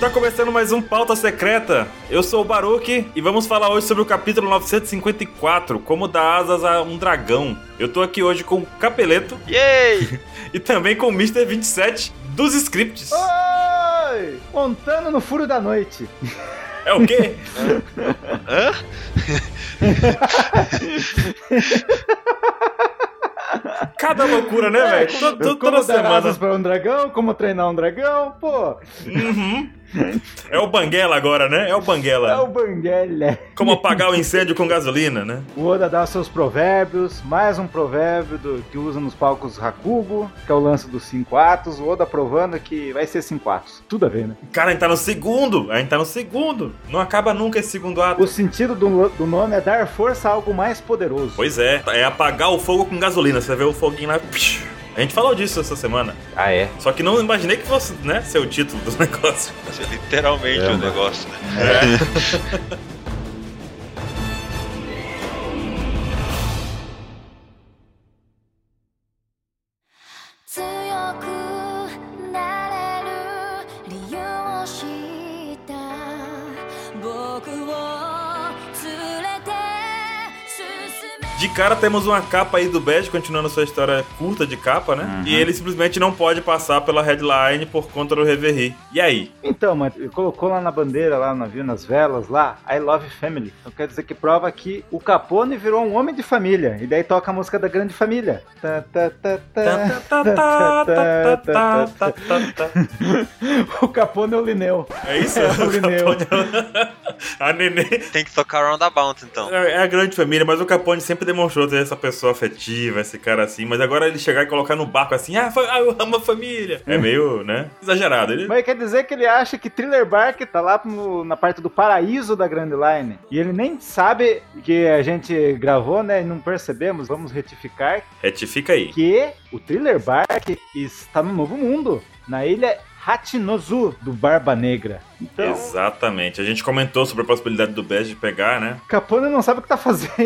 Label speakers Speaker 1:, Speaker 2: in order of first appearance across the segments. Speaker 1: tá começando mais um Pauta Secreta. Eu sou o Baruque e vamos falar hoje sobre o capítulo 954, como dar asas a um dragão. Eu tô aqui hoje com o Capeleto
Speaker 2: Yay!
Speaker 1: e também com o Mr. 27 dos scripts.
Speaker 3: Oi! Contando no furo da noite.
Speaker 1: É o quê?
Speaker 2: Hã?
Speaker 1: Cada loucura, né, velho? Todo- todo-
Speaker 3: É, como
Speaker 1: Toda
Speaker 3: dar
Speaker 1: semana.
Speaker 3: asas pra um dragão, como treinar um dragão, pô.
Speaker 1: Uhum. É o Banguela agora, né? É o
Speaker 3: É o
Speaker 1: Banguela.
Speaker 3: Banguela.
Speaker 1: Como apagar o incêndio com gasolina, né?
Speaker 3: O Oda dá seus provérbios, mais um provérbio do- que usa nos palcos Hakugo, que é o lance dos cinco atos. O Oda provando que vai ser cinco atos. Tudo a ver, né?
Speaker 1: Cara, a gente tá no segundo. A gente tá no segundo. Não acaba nunca esse segundo ato.
Speaker 3: O sentido do, do nome é dar força a algo mais poderoso.
Speaker 1: Pois é, é apagar o fogo com gasolina. Você vê o foguinho lá. psh. A gente falou disso essa semana.
Speaker 3: Ah, é?
Speaker 1: Só que não imaginei que fosse, né, ser o título do negócio.
Speaker 2: Isso é literalmente
Speaker 3: É,
Speaker 2: um
Speaker 3: mano.
Speaker 2: negócio, né?
Speaker 4: 「強くなれる理由を知った」「僕を連れて進め」
Speaker 1: De cara temos uma capa aí do Bad, continuando sua história curta de capa, né? E ele simplesmente não pode passar pela headline por conta do Reverie. E aí?
Speaker 3: Então, mas ele colocou lá na bandeira, lá no navio, nas velas, lá, I Love Family. Então quer dizer que prova que o Capone virou um homem de família. E daí toca a música da grande família. Tá, tá, tá, tá. O Capone é o Lineu.
Speaker 1: É isso?
Speaker 3: É, o Lineu.
Speaker 1: A Nenê
Speaker 2: Tem que tocar Round About, então.
Speaker 1: é a grande família, mas o Capone sempre demonstrou ter essa pessoa afetiva, esse cara assim. Mas agora ele chegar e colocar no barco assim, ah, fa- ah, eu amo a família. É meio, né? Exagerado. Ele
Speaker 3: Mas quer dizer que ele acha que Thriller Bark tá lá no- na parte do paraíso da Grand Line. E ele nem sabe que a gente gravou, né? E não percebemos. Vamos retificar
Speaker 1: retifica é, aí.
Speaker 3: que o Thriller Bark está no novo mundo. Na ilha Hatinozu, do Barba Negra. Então,
Speaker 1: Exatamente. A gente comentou sobre a possibilidade do Bad de pegar, né?
Speaker 3: Capone não sabe o que tá fazendo.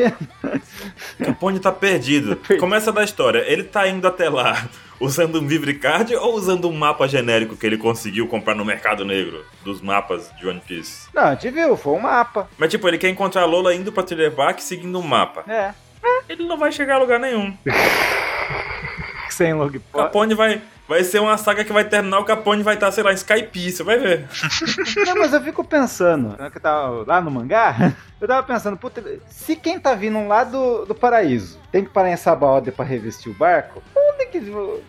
Speaker 1: Capone tá perdido. Começa da história. Ele tá indo até lá usando um Vivre Card ou usando um mapa genérico que ele conseguiu comprar no mercado negro dos mapas de One Piece?
Speaker 3: Não, a gente viu, foi um mapa.
Speaker 1: Mas, tipo, ele quer encontrar a Lola indo pra Trilherback seguindo um mapa.
Speaker 3: É.
Speaker 1: Ele não vai chegar a lugar nenhum.
Speaker 3: Sem log
Speaker 1: O Capone vai, vai ser uma saga que vai terminar. O Capone vai estar, sei lá, em Skype. Você vai ver.
Speaker 3: Não, mas eu fico pensando, né, que eu tava lá no mangá, eu tava pensando, puta, se quem tá vindo lá do, do paraíso tem que parar em Sabaody pra revestir o barco, onde que.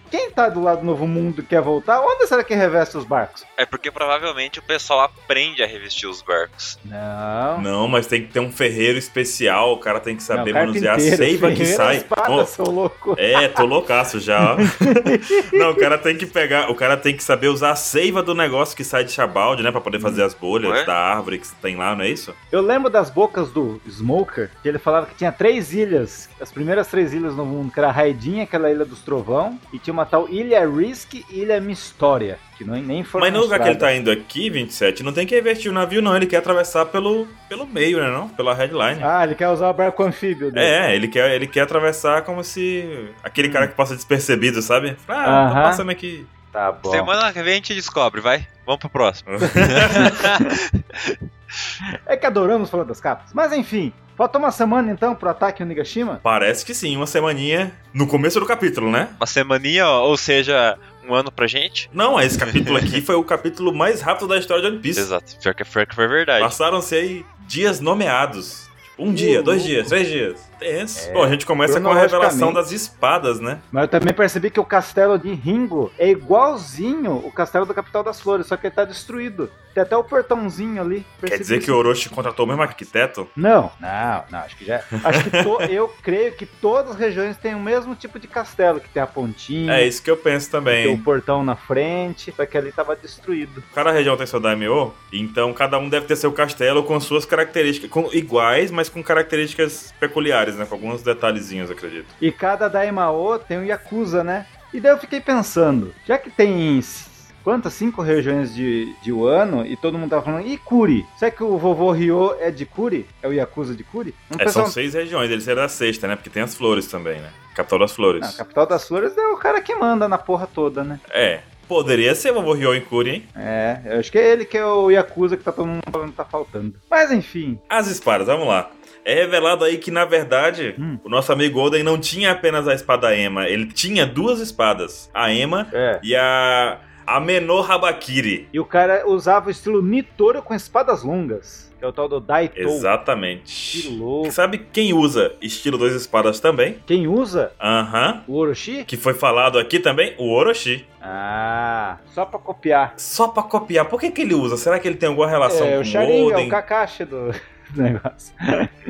Speaker 3: Quem tá do lado do novo mundo e quer voltar, onde será que reveste os barcos?
Speaker 2: É porque provavelmente o pessoal aprende a revestir os barcos.
Speaker 3: Não.
Speaker 1: Não, mas tem que ter um ferreiro especial. O cara tem que saber
Speaker 3: Não,
Speaker 1: manusear a
Speaker 3: carpinteiro,
Speaker 1: seiva que
Speaker 3: ferreiro, é
Speaker 1: sai.
Speaker 3: Espada,
Speaker 1: Ó,
Speaker 3: seu louco.
Speaker 1: É, tô loucaço já. ó. Não, o cara tem que pegar, o cara tem que saber usar a seiva do negócio que sai de Chabalde, né? Pra poder fazer as bolhas
Speaker 2: Ué?
Speaker 1: da árvore que tem lá, não é isso?
Speaker 3: Eu lembro das bocas do Smoker, que ele falava que tinha três ilhas. As primeiras três ilhas no mundo, que era a Raidinha, aquela ilha dos Trovão, e tinha uma tal Ilha Risk e Ilha Mistória, que não, é nem foram
Speaker 1: Mas no lugar que ele
Speaker 3: mostradas.
Speaker 1: tá indo aqui, 27, não tem que investir o navio, não. Ele quer atravessar pelo, pelo meio, né? Não? Pela headline.
Speaker 3: Ah, ele quer usar o barco anfíbio dele.
Speaker 1: É, ele quer, ele quer atravessar como se. Aquele cara que passa despercebido, sabe? Ah, tô
Speaker 3: Aham.
Speaker 1: passando aqui.
Speaker 3: Tá bom.
Speaker 2: Semana que vem a gente descobre, vai. Vamos pro próximo.
Speaker 3: É que adoramos falar das capas. Mas enfim, falta uma semana então pro ataque ao Nigashima?
Speaker 1: Parece que sim, uma semaninha no começo do capítulo, né?
Speaker 2: Uma semaninha, ó, ou seja, um ano pra gente.
Speaker 1: Não, esse capítulo aqui foi o capítulo mais rápido da história de One Piece.
Speaker 2: Exato. Pior que, pior que foi verdade.
Speaker 1: Passaram-se aí dias nomeados. Tipo, um dia, dois
Speaker 3: louco.
Speaker 1: dias, três dias. Tenso. Bom, a gente começa com a
Speaker 3: É, cronologicamente.
Speaker 1: revelação das espadas, né?
Speaker 3: Mas eu também percebi que o castelo de Ringo é igualzinho o castelo da Capital das Flores, só que ele tá destruído. Tem até o portãozinho ali.
Speaker 1: Quer
Speaker 3: Percebi
Speaker 1: dizer que o Orochi contratou o mesmo arquiteto?
Speaker 3: Não, não, não, acho que já. é. Acho que to- eu creio que todas as regiões têm o mesmo tipo de castelo, que tem a pontinha,
Speaker 1: É isso que eu penso
Speaker 3: tem o
Speaker 1: também.
Speaker 3: portão na frente, só que ali tava destruído.
Speaker 1: Cada região tem seu daimyo, então cada um deve ter seu castelo com suas características com- iguais, mas com características peculiares, né? Com alguns detalhezinhos, acredito.
Speaker 3: E cada Daimao tem um Yakuza, né? E daí eu fiquei pensando, já que tem s- quantas? Cinco regiões de, de Wano e todo mundo tava falando, e Kuri? Será que o vovô Ryo é de Kuri? É o Yakuza de Kuri? Não
Speaker 1: É, são
Speaker 3: pensava-
Speaker 1: seis regiões, eles eram da sexta, né? Porque tem as
Speaker 3: "Ah,
Speaker 1: flores também, né? Capital das flores.
Speaker 3: Não, a capital das flores é o cara que manda na porra toda, né?
Speaker 1: É. Poderia ser o Vovô Ryoinkuri, hein?
Speaker 3: É, eu acho que é ele que é o Yakuza que tá todo mundo falando que tá faltando. Mas enfim,
Speaker 1: As espadas, vamos lá. É revelado aí que, na verdade,
Speaker 3: Hum.
Speaker 1: o nosso amigo Oden não tinha apenas a espada Ema. Ele tinha duas espadas. A Ema
Speaker 3: é.
Speaker 1: e a... A Menor Habakiri.
Speaker 3: E o cara usava o estilo Nitoro com espadas longas, que é o tal do Daito. Que
Speaker 1: Exatamente.
Speaker 3: louco.
Speaker 1: Sabe quem usa estilo duas espadas também?
Speaker 3: Quem usa?
Speaker 1: Aham.
Speaker 3: O Orochi?
Speaker 1: Que foi falado aqui também, o Orochi.
Speaker 3: Ah, só pra copiar.
Speaker 1: Só pra copiar, por que, que ele usa? Será que ele tem alguma relação
Speaker 3: É,
Speaker 1: com
Speaker 3: o Sharingan,
Speaker 1: Oden?
Speaker 3: o Kakashi do do negócio.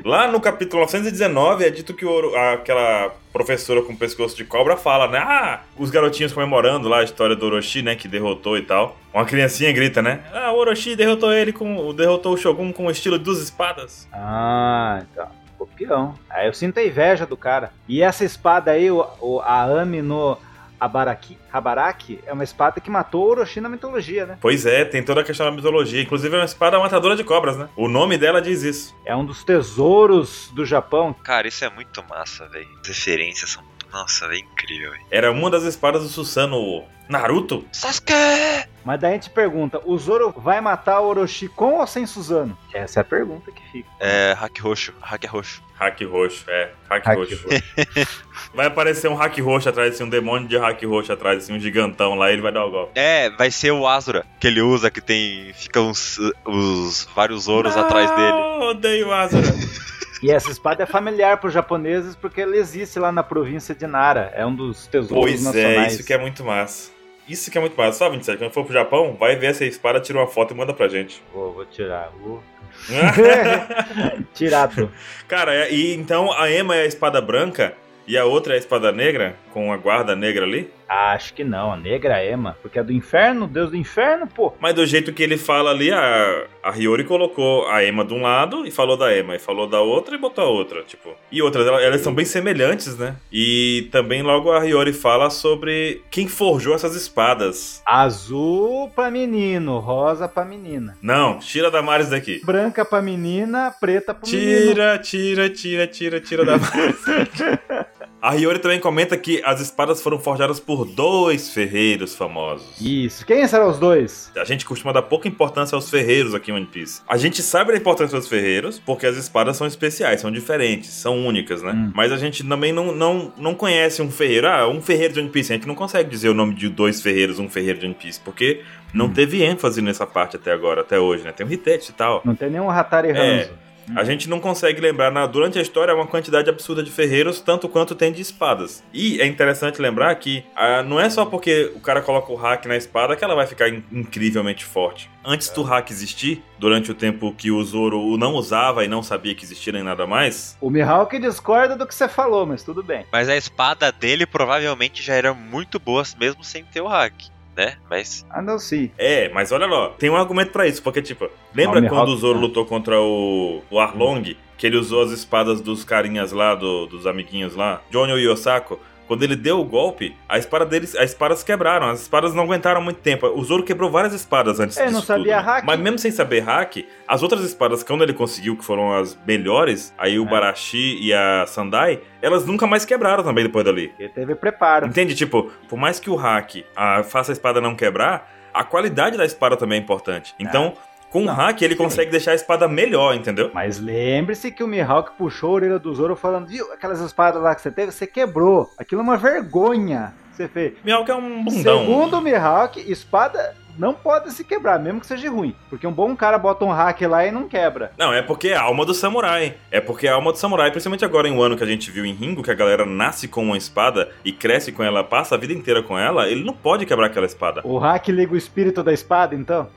Speaker 1: Lá no capítulo 919 é dito que o Oro- aquela professora com pescoço de cobra fala, né? Ah, os garotinhos comemorando lá a história do Orochi, né? Que derrotou e tal. Uma criancinha grita, né? Ah, o Orochi derrotou ele com. derrotou o Shogun com o estilo dos espadas.
Speaker 3: Ah, então. Copião. Aí eu sinto a inveja do cara. E essa espada aí, o, o, a Ami no Abaraki, Habaraki, é uma espada que matou o Orochi na mitologia, né?
Speaker 1: Pois é, tem toda a questão da mitologia. Inclusive é uma espada matadora de cobras, né? O nome dela diz isso.
Speaker 3: É um dos tesouros do Japão.
Speaker 2: Cara, isso é muito massa, velho. As referências são. Nossa, velho, incrível, velho.
Speaker 1: Era uma das espadas do Susano Naruto.
Speaker 2: Sasuke!
Speaker 3: Mas daí a gente pergunta, o Zoro vai matar o Orochi com ou sem Suzano? Essa é a pergunta que fica.
Speaker 2: É, hack roxo, hack é roxo.
Speaker 1: Hack roxo, é. Hack,
Speaker 3: Hack
Speaker 1: roxo. Vai aparecer um hack roxo atrás, assim, um demônio de hack roxo atrás, assim, um gigantão lá, e ele vai dar o golpe.
Speaker 2: É, vai ser o Azura que ele usa, que tem. Fica uns. os vários ouros atrás dele.
Speaker 1: Eu Ah, odeio Azura.
Speaker 3: E essa espada é familiar para os japoneses porque ela existe lá na província de Nara. É um dos tesouros
Speaker 1: pois é,
Speaker 3: nacionais.
Speaker 1: isso que é muito massa. Isso que é muito massa. Só 27, quando for pro Japão, vai ver essa espada, tira uma foto e manda pra gente.
Speaker 3: Vou, vou tirar. Vou... Tirado.
Speaker 1: Cara, é- e então a Ema é a espada branca e a outra é a espada negra, com a guarda negra ali.
Speaker 3: Ah, acho que não. A negra Ema. Porque é do inferno, Deus do inferno, pô.
Speaker 1: Mas do jeito que ele fala ali, a, a Hiyori colocou a Ema de um lado e falou da Ema, e falou da outra e botou a outra, tipo. E outras, ela- elas são bem semelhantes, né? E também logo a Hiyori fala sobre quem forjou essas espadas.
Speaker 3: Azul pra menino, rosa pra menina.
Speaker 1: Não, tira a Damares daqui.
Speaker 3: Branca pra menina, preta pro menino.
Speaker 1: Tira, tira, tira, tira, tira da A Hiyori também comenta que as espadas foram forjadas por dois ferreiros famosos.
Speaker 3: Isso. Quem serão os dois?
Speaker 1: A gente costuma dar pouca importância aos ferreiros aqui em One Piece. A gente sabe da importância dos ferreiros, porque as espadas são especiais, são diferentes, são únicas, né?
Speaker 3: Hum.
Speaker 1: Mas a gente também não, não, não conhece um ferreiro. Ah, um ferreiro de One Piece. A gente não consegue dizer o nome de dois ferreiros, um ferreiro de One Piece, porque não
Speaker 3: Hum.
Speaker 1: teve ênfase nessa parte até agora, até hoje, né? Tem o Hitete e tal.
Speaker 3: Não tem nenhum Hatari
Speaker 1: É.
Speaker 3: Hanzo.
Speaker 1: A gente não consegue lembrar na- durante a história uma quantidade absurda de ferreiros, tanto quanto tem de espadas. E é interessante lembrar que ah, não é só porque o cara coloca o hack na espada que ela vai ficar in- incrivelmente forte. Antes do hack existir, durante o tempo que o Zoro o não usava e não sabia que existia nem nada mais,
Speaker 3: O Mihawk discorda do que você falou, mas tudo bem.
Speaker 2: Mas a espada dele provavelmente já era muito boa, mesmo sem ter o hack, né? Mas.
Speaker 3: Ah, não, sim.
Speaker 1: é, mas olha lá, tem um argumento pra isso, porque tipo, lembra
Speaker 3: Não, o
Speaker 1: quando o
Speaker 3: Mihawk-
Speaker 1: Zoro lutou contra o, o Arlong, que ele usou as espadas dos carinhas lá, do- dos amiguinhos lá, Johnny e Yosako? Quando ele deu o golpe, a espada deles, as espadas quebraram, as espadas não aguentaram muito tempo. O Zoro quebrou várias espadas antes
Speaker 3: Ele
Speaker 1: disso
Speaker 3: É, não sabia
Speaker 1: tudo, né?
Speaker 3: hack?
Speaker 1: Mas mesmo sem saber hack, as outras espadas quando ele conseguiu, que foram as melhores, aí o
Speaker 3: É.
Speaker 1: Barashi e a Sandai, elas nunca mais quebraram também depois dali.
Speaker 3: Ele teve preparo.
Speaker 1: Entende? Tipo, por mais que o hack ah, faça a espada não quebrar, a qualidade da espada também é importante. Então, com o
Speaker 3: Não,
Speaker 1: hack, ele consegue deixar a espada melhor, entendeu?
Speaker 3: Mas lembre-se que o Mihawk puxou a orelha do Zoro falando, viu, aquelas espadas lá que você teve, você quebrou. Aquilo é uma vergonha. que Você fez.
Speaker 1: Mihawk é um bundão.
Speaker 3: Segundo o Mihawk, espada não pode se quebrar, mesmo que seja ruim. Porque um bom cara bota um hack lá e não quebra.
Speaker 1: Não, é porque é a alma do samurai. É porque é a alma do samurai, principalmente agora em um ano que a gente viu em Ringo, que a galera nasce com uma espada e cresce com ela, passa a vida inteira com ela, ele não pode quebrar aquela espada.
Speaker 3: O hack liga o espírito da espada, então?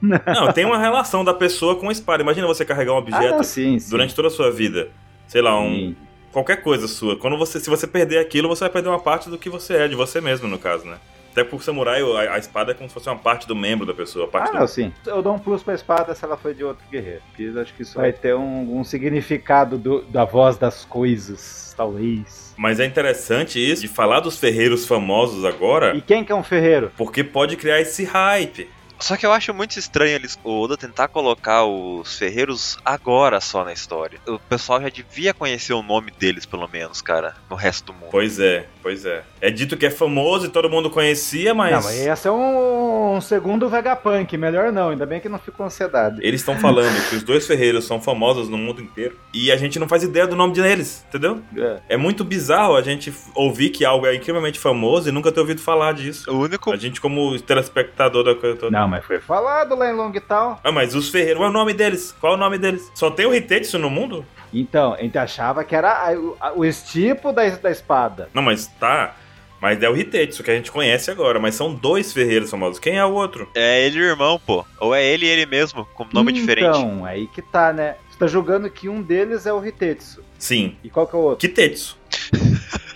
Speaker 1: Não, tem uma relação da pessoa com a espada. Imagina você carregar um
Speaker 3: Ah,
Speaker 1: objeto
Speaker 3: não, sim, sim.
Speaker 1: durante toda a sua vida. Sei lá, um,
Speaker 3: Sim. Ah,
Speaker 1: qualquer coisa sua. Quando você, se você perder aquilo, você vai perder uma parte do que você é, de você mesmo, no caso, né? Até por samurai, a, a espada é como se fosse uma parte do membro da pessoa, a parte
Speaker 3: Ah,
Speaker 1: do...
Speaker 3: não, sim. Eu dou um plus pra espada se ela foi de outro guerreiro. Porque eu acho que isso vai ter um, um significado do- da voz das coisas, talvez.
Speaker 1: Mas é interessante isso, de falar dos ferreiros famosos agora,
Speaker 3: E quem que é um ferreiro?
Speaker 1: porque pode criar esse hype.
Speaker 2: Só que eu acho muito estranho eles, o Oda tentar colocar os ferreiros agora só na história. O pessoal já devia conhecer o nome deles, pelo menos, cara, no resto do mundo.
Speaker 1: Pois é, pois é. É dito que é famoso e todo mundo conhecia, mas.
Speaker 3: Não, mas esse é um, um segundo Vegapunk, melhor não, ainda bem que não ficou ansiedade.
Speaker 1: Eles estão falando que os dois ferreiros são famosos no mundo inteiro e a gente não faz ideia do nome deles, entendeu?
Speaker 3: É.
Speaker 1: É muito bizarro a gente ouvir que algo é incrivelmente famoso e nunca ter ouvido falar disso.
Speaker 2: O único.
Speaker 1: A gente, como telespectador da coisa toda.
Speaker 3: Não, mas foi falado lá em Longtown.
Speaker 1: Ah, mas os ferreiros, qual é o nome deles? Qual é o nome deles? Só tem o Hitetsu no mundo?
Speaker 3: Então, a gente achava que era a- o- a- o estipo da, da espada.
Speaker 1: Não, mas tá. Mas é o Hitetsu que a gente conhece agora, mas são dois ferreiros famosos. Quem é o outro?
Speaker 2: É ele e o irmão, pô. Ou é ele e ele mesmo, com nome diferente.
Speaker 3: Então, aí que tá, né? Você tá julgando que um deles é o Hitetsu.
Speaker 1: Sim.
Speaker 3: E qual que é o outro?
Speaker 1: Kitetsu.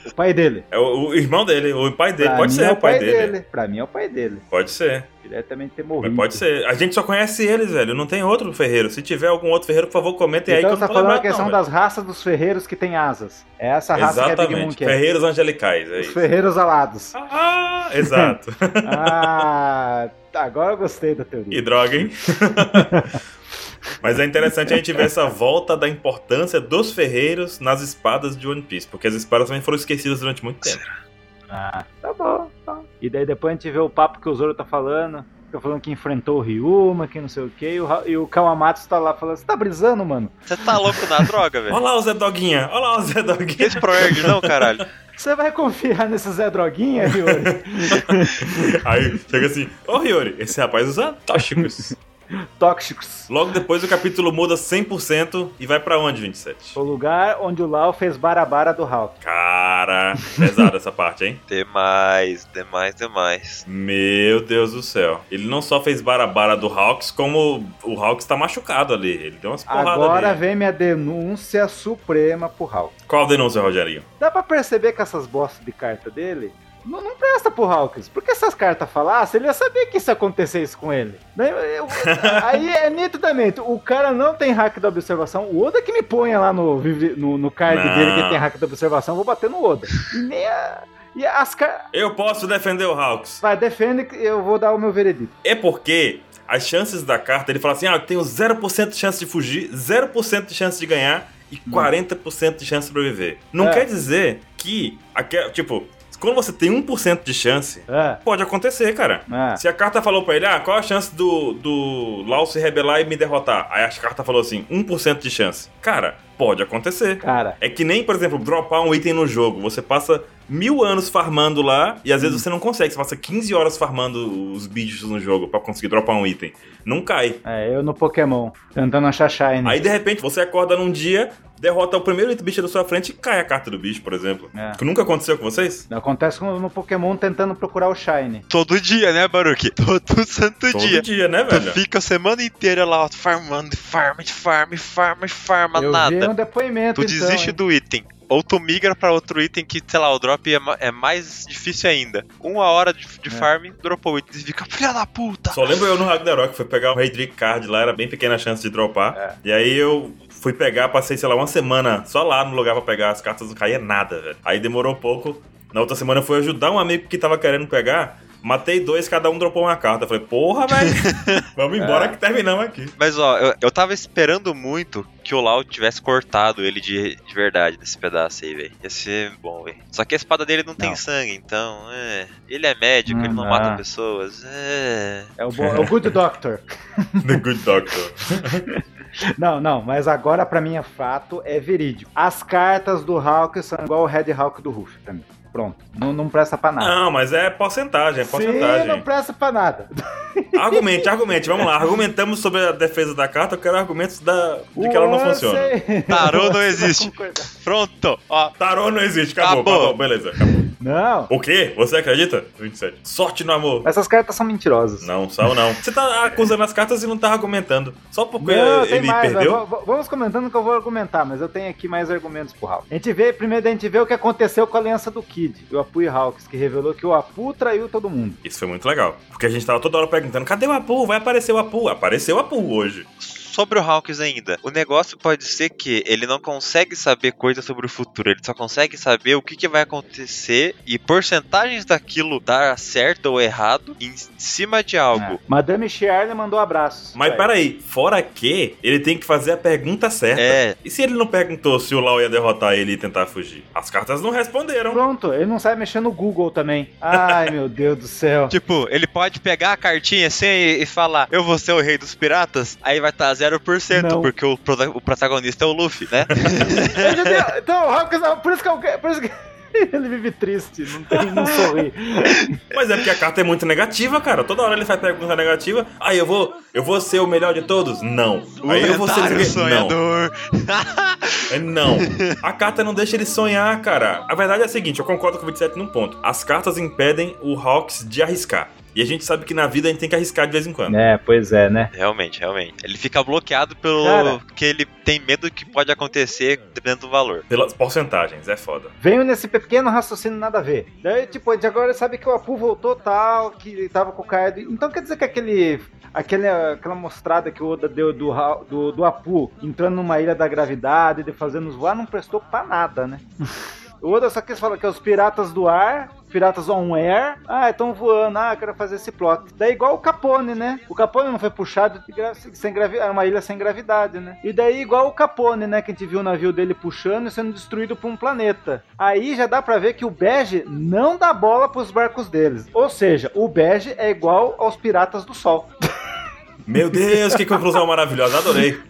Speaker 3: O pai dele.
Speaker 1: É o, o irmão dele, o pai dele.
Speaker 3: Pra
Speaker 1: pode
Speaker 3: mim
Speaker 1: ser
Speaker 3: é
Speaker 1: o pai dele.
Speaker 3: Pra mim é o pai dele.
Speaker 1: Pode ser.
Speaker 3: Diretamente ter
Speaker 1: Mas
Speaker 3: morrido.
Speaker 1: pode ser. A gente só conhece eles, velho. Não tem outro ferreiro. Se tiver algum outro ferreiro, por favor, comentem aí
Speaker 3: Então
Speaker 1: que eu
Speaker 3: você tá
Speaker 1: não vou
Speaker 3: falando
Speaker 1: lembrar
Speaker 3: a questão
Speaker 1: não,
Speaker 3: das raças dos ferreiros que tem asas. É essa
Speaker 1: velho.
Speaker 3: raça que é Big Moon
Speaker 1: Exatamente.
Speaker 3: que é.
Speaker 1: ferreiros angelicais, é
Speaker 3: Os
Speaker 1: isso.
Speaker 3: ferreiros alados.
Speaker 1: Ah, exato.
Speaker 3: ah, agora eu gostei da teoria.
Speaker 1: E droga, hein? Mas é interessante a gente ver essa volta da importância dos ferreiros nas espadas de One Piece, porque as espadas também foram esquecidas durante muito tempo.
Speaker 3: Ah, tá bom. tá. E daí depois a gente vê o papo que o Zoro tá falando. Tá falando que enfrentou o Ryuma, que não sei o que. E o, Ra- e o Kawamatsu tá lá falando: Você tá brisando, mano?
Speaker 2: Você tá louco na droga,
Speaker 1: Olha
Speaker 2: velho?
Speaker 1: lá o Zé Doguinha, olha lá o Zé Doguinha.
Speaker 2: Esse pro Erg não, caralho.
Speaker 3: Você vai confiar nesse Zé Droguinha, Ryori?
Speaker 1: Aí chega assim, ô Hiyori, esse rapaz usa tóxicos.
Speaker 3: Tóxicos.
Speaker 1: Logo depois o capítulo muda 100% e vai pra onde, 27?
Speaker 3: O lugar onde o Lau fez barabara do Hulk.
Speaker 1: Cara, pesada essa parte, hein?
Speaker 2: Demais, demais, demais.
Speaker 1: Meu Deus do céu. Ele não só fez barabara do Hawks, como o Hawks tá machucado ali. Ele deu umas porradas
Speaker 3: Agora
Speaker 1: ali.
Speaker 3: vem minha denúncia suprema pro Hulk.
Speaker 1: Qual a denúncia, Rogerinho?
Speaker 3: Dá pra perceber que essas bostas de carta dele não, não presta pro Hawkins. Porque se essas cartas "Ah, falassem, ele ia saber que isso acontecesse com ele. Daí eu- aí é nitidamente, o cara não tem hack da observação. O Oda que me ponha lá no, vive- no, no card
Speaker 1: Não.
Speaker 3: dele que tem hack da observação, eu vou bater no Oda. E nem a- E as cartas.
Speaker 1: Eu posso defender o Hawks.
Speaker 3: Vai, defende que eu vou dar o meu veredito.
Speaker 1: É porque as chances da carta, ele fala assim: ah, eu tenho 0% de chance de fugir, 0% de chance de ganhar e 40% de chance de sobreviver. Não
Speaker 3: É.
Speaker 1: quer dizer que, aque- tipo, quando você tem 1% de chance,
Speaker 3: Ah,
Speaker 1: pode acontecer, cara.
Speaker 3: ah.
Speaker 1: Se a carta falou pra ele, ah, qual a chance do, do Lau se rebelar e me derrotar? Aí a carta falou assim, 1% de chance. Cara, pode acontecer.
Speaker 3: Cara,
Speaker 1: É que nem, por exemplo, dropar um item no jogo. Você passa mil anos farmando lá e às vezes você não consegue. Você passa 15 horas farmando os bichos no jogo pra conseguir dropar um item. Não cai.
Speaker 3: é, eu no Pokémon, tentando achar Shine.
Speaker 1: Aí de repente você acorda num dia, derrota o primeiro bicho da sua frente e cai a carta do bicho, por exemplo.
Speaker 3: É.
Speaker 1: Que nunca aconteceu com vocês?
Speaker 3: Acontece com no Pokémon tentando procurar o Shine.
Speaker 2: Todo dia, né, Baruque? Todo santo
Speaker 1: Todo
Speaker 2: dia.
Speaker 1: dia, né,
Speaker 2: Tu
Speaker 1: velho?
Speaker 2: fica a semana inteira lá, ó, farmando, farma, farma, farma, farma,
Speaker 3: eu vi
Speaker 2: nada.
Speaker 3: um depoimento.
Speaker 2: Tu
Speaker 3: então,
Speaker 2: desiste
Speaker 3: hein?
Speaker 2: do item. Ou tu migra pra outro item que, sei lá, o drop é, ma- é mais difícil ainda. Uma hora de, de
Speaker 3: É.
Speaker 2: farm, dropou o item. Você fica, filha da
Speaker 3: Tá.
Speaker 2: puta!
Speaker 1: Só lembro eu no Ragnarok, fui pegar o Heidrick Card lá, era bem pequena a chance de dropar.
Speaker 3: É.
Speaker 1: E aí eu fui pegar, passei, sei lá, uma semana só lá no lugar pra pegar as cartas, não caía nada, velho. Aí demorou um pouco. Na outra semana eu fui ajudar um amigo que tava querendo pegar. Matei dois, cada um dropou uma carta. Eu Falei, porra, velho. Vamos
Speaker 3: É.
Speaker 1: embora que terminamos aqui.
Speaker 2: Mas ó, eu, eu tava esperando muito que o Lau tivesse cortado ele de, de verdade nesse pedaço aí, velho. Ia ser bom, velho. Só que a espada dele não, tem
Speaker 3: Não.
Speaker 2: sangue, então. É. Ele é médico,
Speaker 3: Hum,
Speaker 2: ele não
Speaker 3: ah.
Speaker 2: mata pessoas. É.
Speaker 3: É o, bo- é o Good Doctor.
Speaker 1: The Good Doctor.
Speaker 3: Não, não, mas agora pra mim é fato, é verídico. As cartas do Hulk são igual o Red Hulk do Ruff também. Pronto, não, não presta pra nada.
Speaker 1: Não, mas é porcentagem, é
Speaker 3: Sim, não
Speaker 1: porcentagem.
Speaker 3: presta pra nada.
Speaker 1: Argumente, argumente, vamos lá. Argumentamos sobre a defesa da carta, eu quero argumentos da... de que ela não funciona.
Speaker 2: Tarô não existe. Pronto, ó.
Speaker 1: Tarô não existe, acabou,
Speaker 2: Acabou.
Speaker 1: acabou, beleza, acabou.
Speaker 3: Não,
Speaker 1: O quê? Você acredita? 27. Sorte no amor.
Speaker 3: essas cartas são mentirosas.
Speaker 1: Não, Sal não. Você tá acusando as cartas e não tá argumentando. Só porque
Speaker 3: Não, tem
Speaker 1: ele
Speaker 3: mais,
Speaker 1: perdeu.
Speaker 3: ó, v- v- vamos comentando que eu vou argumentar, mas eu tenho aqui mais argumentos pro Hulk. A gente vê, primeiro a gente vê o que aconteceu com a aliança do Kid, o Apu e Hawks, que revelou que o Apu traiu todo mundo.
Speaker 1: Isso foi muito legal. Porque a gente tava toda hora perguntando: cadê o Apu? Vai aparecer o Apu. Apareceu o Apu hoje.
Speaker 2: sobre o Hawkins ainda. O negócio pode ser que ele não consegue saber coisas sobre o futuro, ele só consegue saber o que, que vai acontecer e porcentagens daquilo dar certo ou errado em cima de algo.
Speaker 3: né? Madame Chiarle mandou abraços.
Speaker 1: Mas
Speaker 3: Vai.
Speaker 1: peraí, fora que ele tem que fazer a pergunta certa.
Speaker 2: É,
Speaker 1: E se ele não perguntou se o Lau ia derrotar ele e tentar fugir? As cartas não responderam.
Speaker 3: Pronto, ele não sabe mexer no Google também. Ai, meu Deus do céu.
Speaker 2: tipo, ele pode pegar a cartinha assim e, e falar, eu vou ser o rei dos piratas, aí vai tá estar 0%,
Speaker 3: Não.
Speaker 2: porque o, prota- o protagonista é o Luffy, né?
Speaker 3: Eu já tenho- Então, o Hawkins, por isso que, eu- por isso que ele vive triste, não, tem, não sorri.
Speaker 1: Mas é porque a carta é muito negativa, cara. Toda hora ele faz pergunta negativa. Aí eu vou, eu vou ser o melhor de todos? Não. Aí eu vou ser
Speaker 2: Otário
Speaker 1: Não.
Speaker 2: sonhador.
Speaker 1: É, Não. A carta não deixa ele sonhar, cara. A verdade é a seguinte, eu concordo com o 27 num ponto. As cartas impedem o Hawks de arriscar. E a gente sabe que na vida a gente tem que arriscar de vez em quando.
Speaker 3: É, pois é, né?
Speaker 2: Realmente, realmente. Ele fica bloqueado pelo
Speaker 3: Cara.
Speaker 2: que ele tem medo que pode acontecer dependendo do valor.
Speaker 1: Pelas porcentagens, é foda.
Speaker 3: Venho nesse pequeno raciocínio nada a ver. Daí, tipo, de agora sabe que o Apu voltou tal, que ele tava com o Kaido. Então quer dizer que aquele. Aquele, aquela mostrada que o Oda deu do, Ra- do, do Apu entrando numa ilha da gravidade, de fazendo voar, não prestou pra nada, né? O Oda só quis falar que é os piratas do ar, piratas on air. Ah, estão voando, ah, quero fazer esse plot. Daí igual o Capone, né? O Capone não foi puxado de gra- sem gravi... era uma ilha sem gravidade, né? E daí igual o Capone, né? Que a gente viu o navio dele puxando e sendo destruído por um planeta. Aí já dá pra ver que o Bege não dá bola pros barcos deles. Ou seja, o Bege é igual aos piratas do sol.
Speaker 1: Meu Deus, que conclusão maravilhosa. Adorei.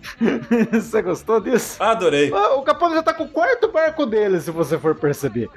Speaker 3: Você gostou disso?
Speaker 1: Adorei.
Speaker 3: Ah, O Capone já tá com o quarto barco dele, se você for perceber.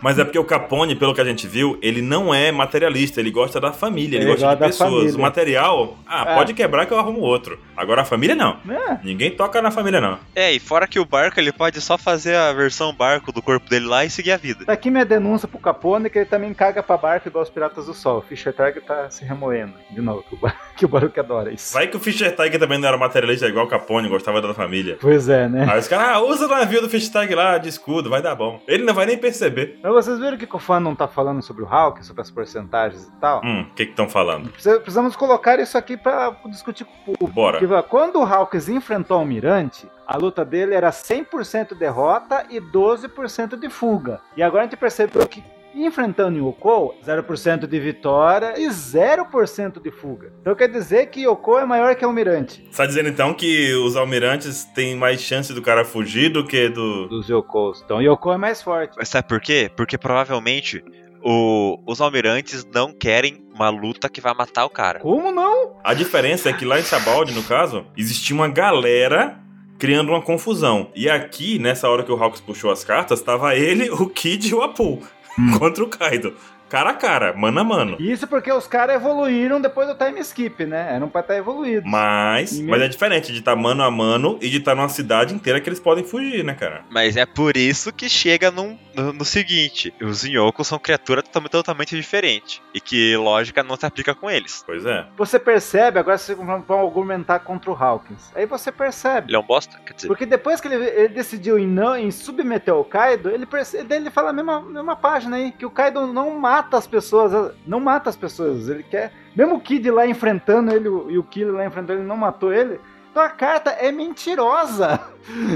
Speaker 1: Mas é porque o Capone, pelo que a gente viu, ele não é materialista, ele gosta da família, ele,
Speaker 3: Ele
Speaker 1: gosta de
Speaker 3: gosta da
Speaker 1: pessoas.
Speaker 3: família.
Speaker 1: O material, ah,
Speaker 3: É.
Speaker 1: pode quebrar que eu arrumo outro. Agora a família não.
Speaker 3: Né?
Speaker 1: Ninguém toca na família, não.
Speaker 2: É, e fora que o barco, ele pode só fazer a versão barco do corpo dele lá e seguir a vida.
Speaker 3: Tá aqui minha denúncia pro Capone que ele também caga pra barco igual os Piratas do Sol. O Fischer Targ tá se remoendo. De novo, que o, bar... que o barco adora isso.
Speaker 1: Vai que o Fischer Tiger também não era materialista igual o Capone, gostava da família.
Speaker 3: Pois é, né?
Speaker 1: Aí os caras, ah, usa o navio do Fish Tag lá de escudo, vai dar bom. Ele não vai nem perceber.
Speaker 3: Mas vocês viram que o fã não tá falando sobre o Hulk, sobre as porcentagens e tal?
Speaker 1: Hum, o que que estão falando?
Speaker 3: Precisa- Precisamos colocar isso aqui pra discutir com o público.
Speaker 1: Bora.
Speaker 3: Porque, ó, Quando o Hawkins enfrentou o Almirante, a luta dele era 100% derrota e 12% de fuga. E agora a gente percebeu que enfrentando o Yoko, 0% de vitória e 0% de fuga. Então quer dizer que Yoko é maior que o Almirante.
Speaker 1: Você tá dizendo então que os almirantes têm mais chance do cara fugir do que do.
Speaker 3: dos Yokos. Então Yoko é mais forte.
Speaker 2: Mas sabe por quê? Porque provavelmente o- os almirantes não querem uma luta que vai matar o cara.
Speaker 3: Como não?
Speaker 1: A diferença é que lá em Sabaldi, no caso, existia uma galera criando uma confusão. E aqui, nessa hora que o Hawks puxou as cartas, tava ele, o Kid e o Apu contra o Kaido. Cara a cara, mano a mano.
Speaker 3: Isso porque os caras evoluíram depois do time skip, né? Eram pra estar evoluídos.
Speaker 1: Mas,
Speaker 3: E
Speaker 1: mas
Speaker 3: mesmo-
Speaker 1: é diferente de estar mano a mano e de estar numa cidade inteira que eles podem fugir, né, cara?
Speaker 2: Mas é por isso que chega num- no, no seguinte: os Yokos são criaturas totalmente, totalmente diferentes. E que lógica não se aplica com eles.
Speaker 1: Pois é.
Speaker 3: Você percebe, agora se vamos argumentar contra o Hawkins. Aí você percebe.
Speaker 2: Ele é um bosta? Quer dizer,
Speaker 3: Porque depois que ele, ele decidiu em não em submeter o Kaido, ele perce- daí ele fala a mesma, mesma página aí, que o Kaido não mata as pessoas, não mata as pessoas, ele quer. Mesmo o Kid lá enfrentando ele o- e o Killer lá enfrentando ele não matou ele. Então a carta é mentirosa.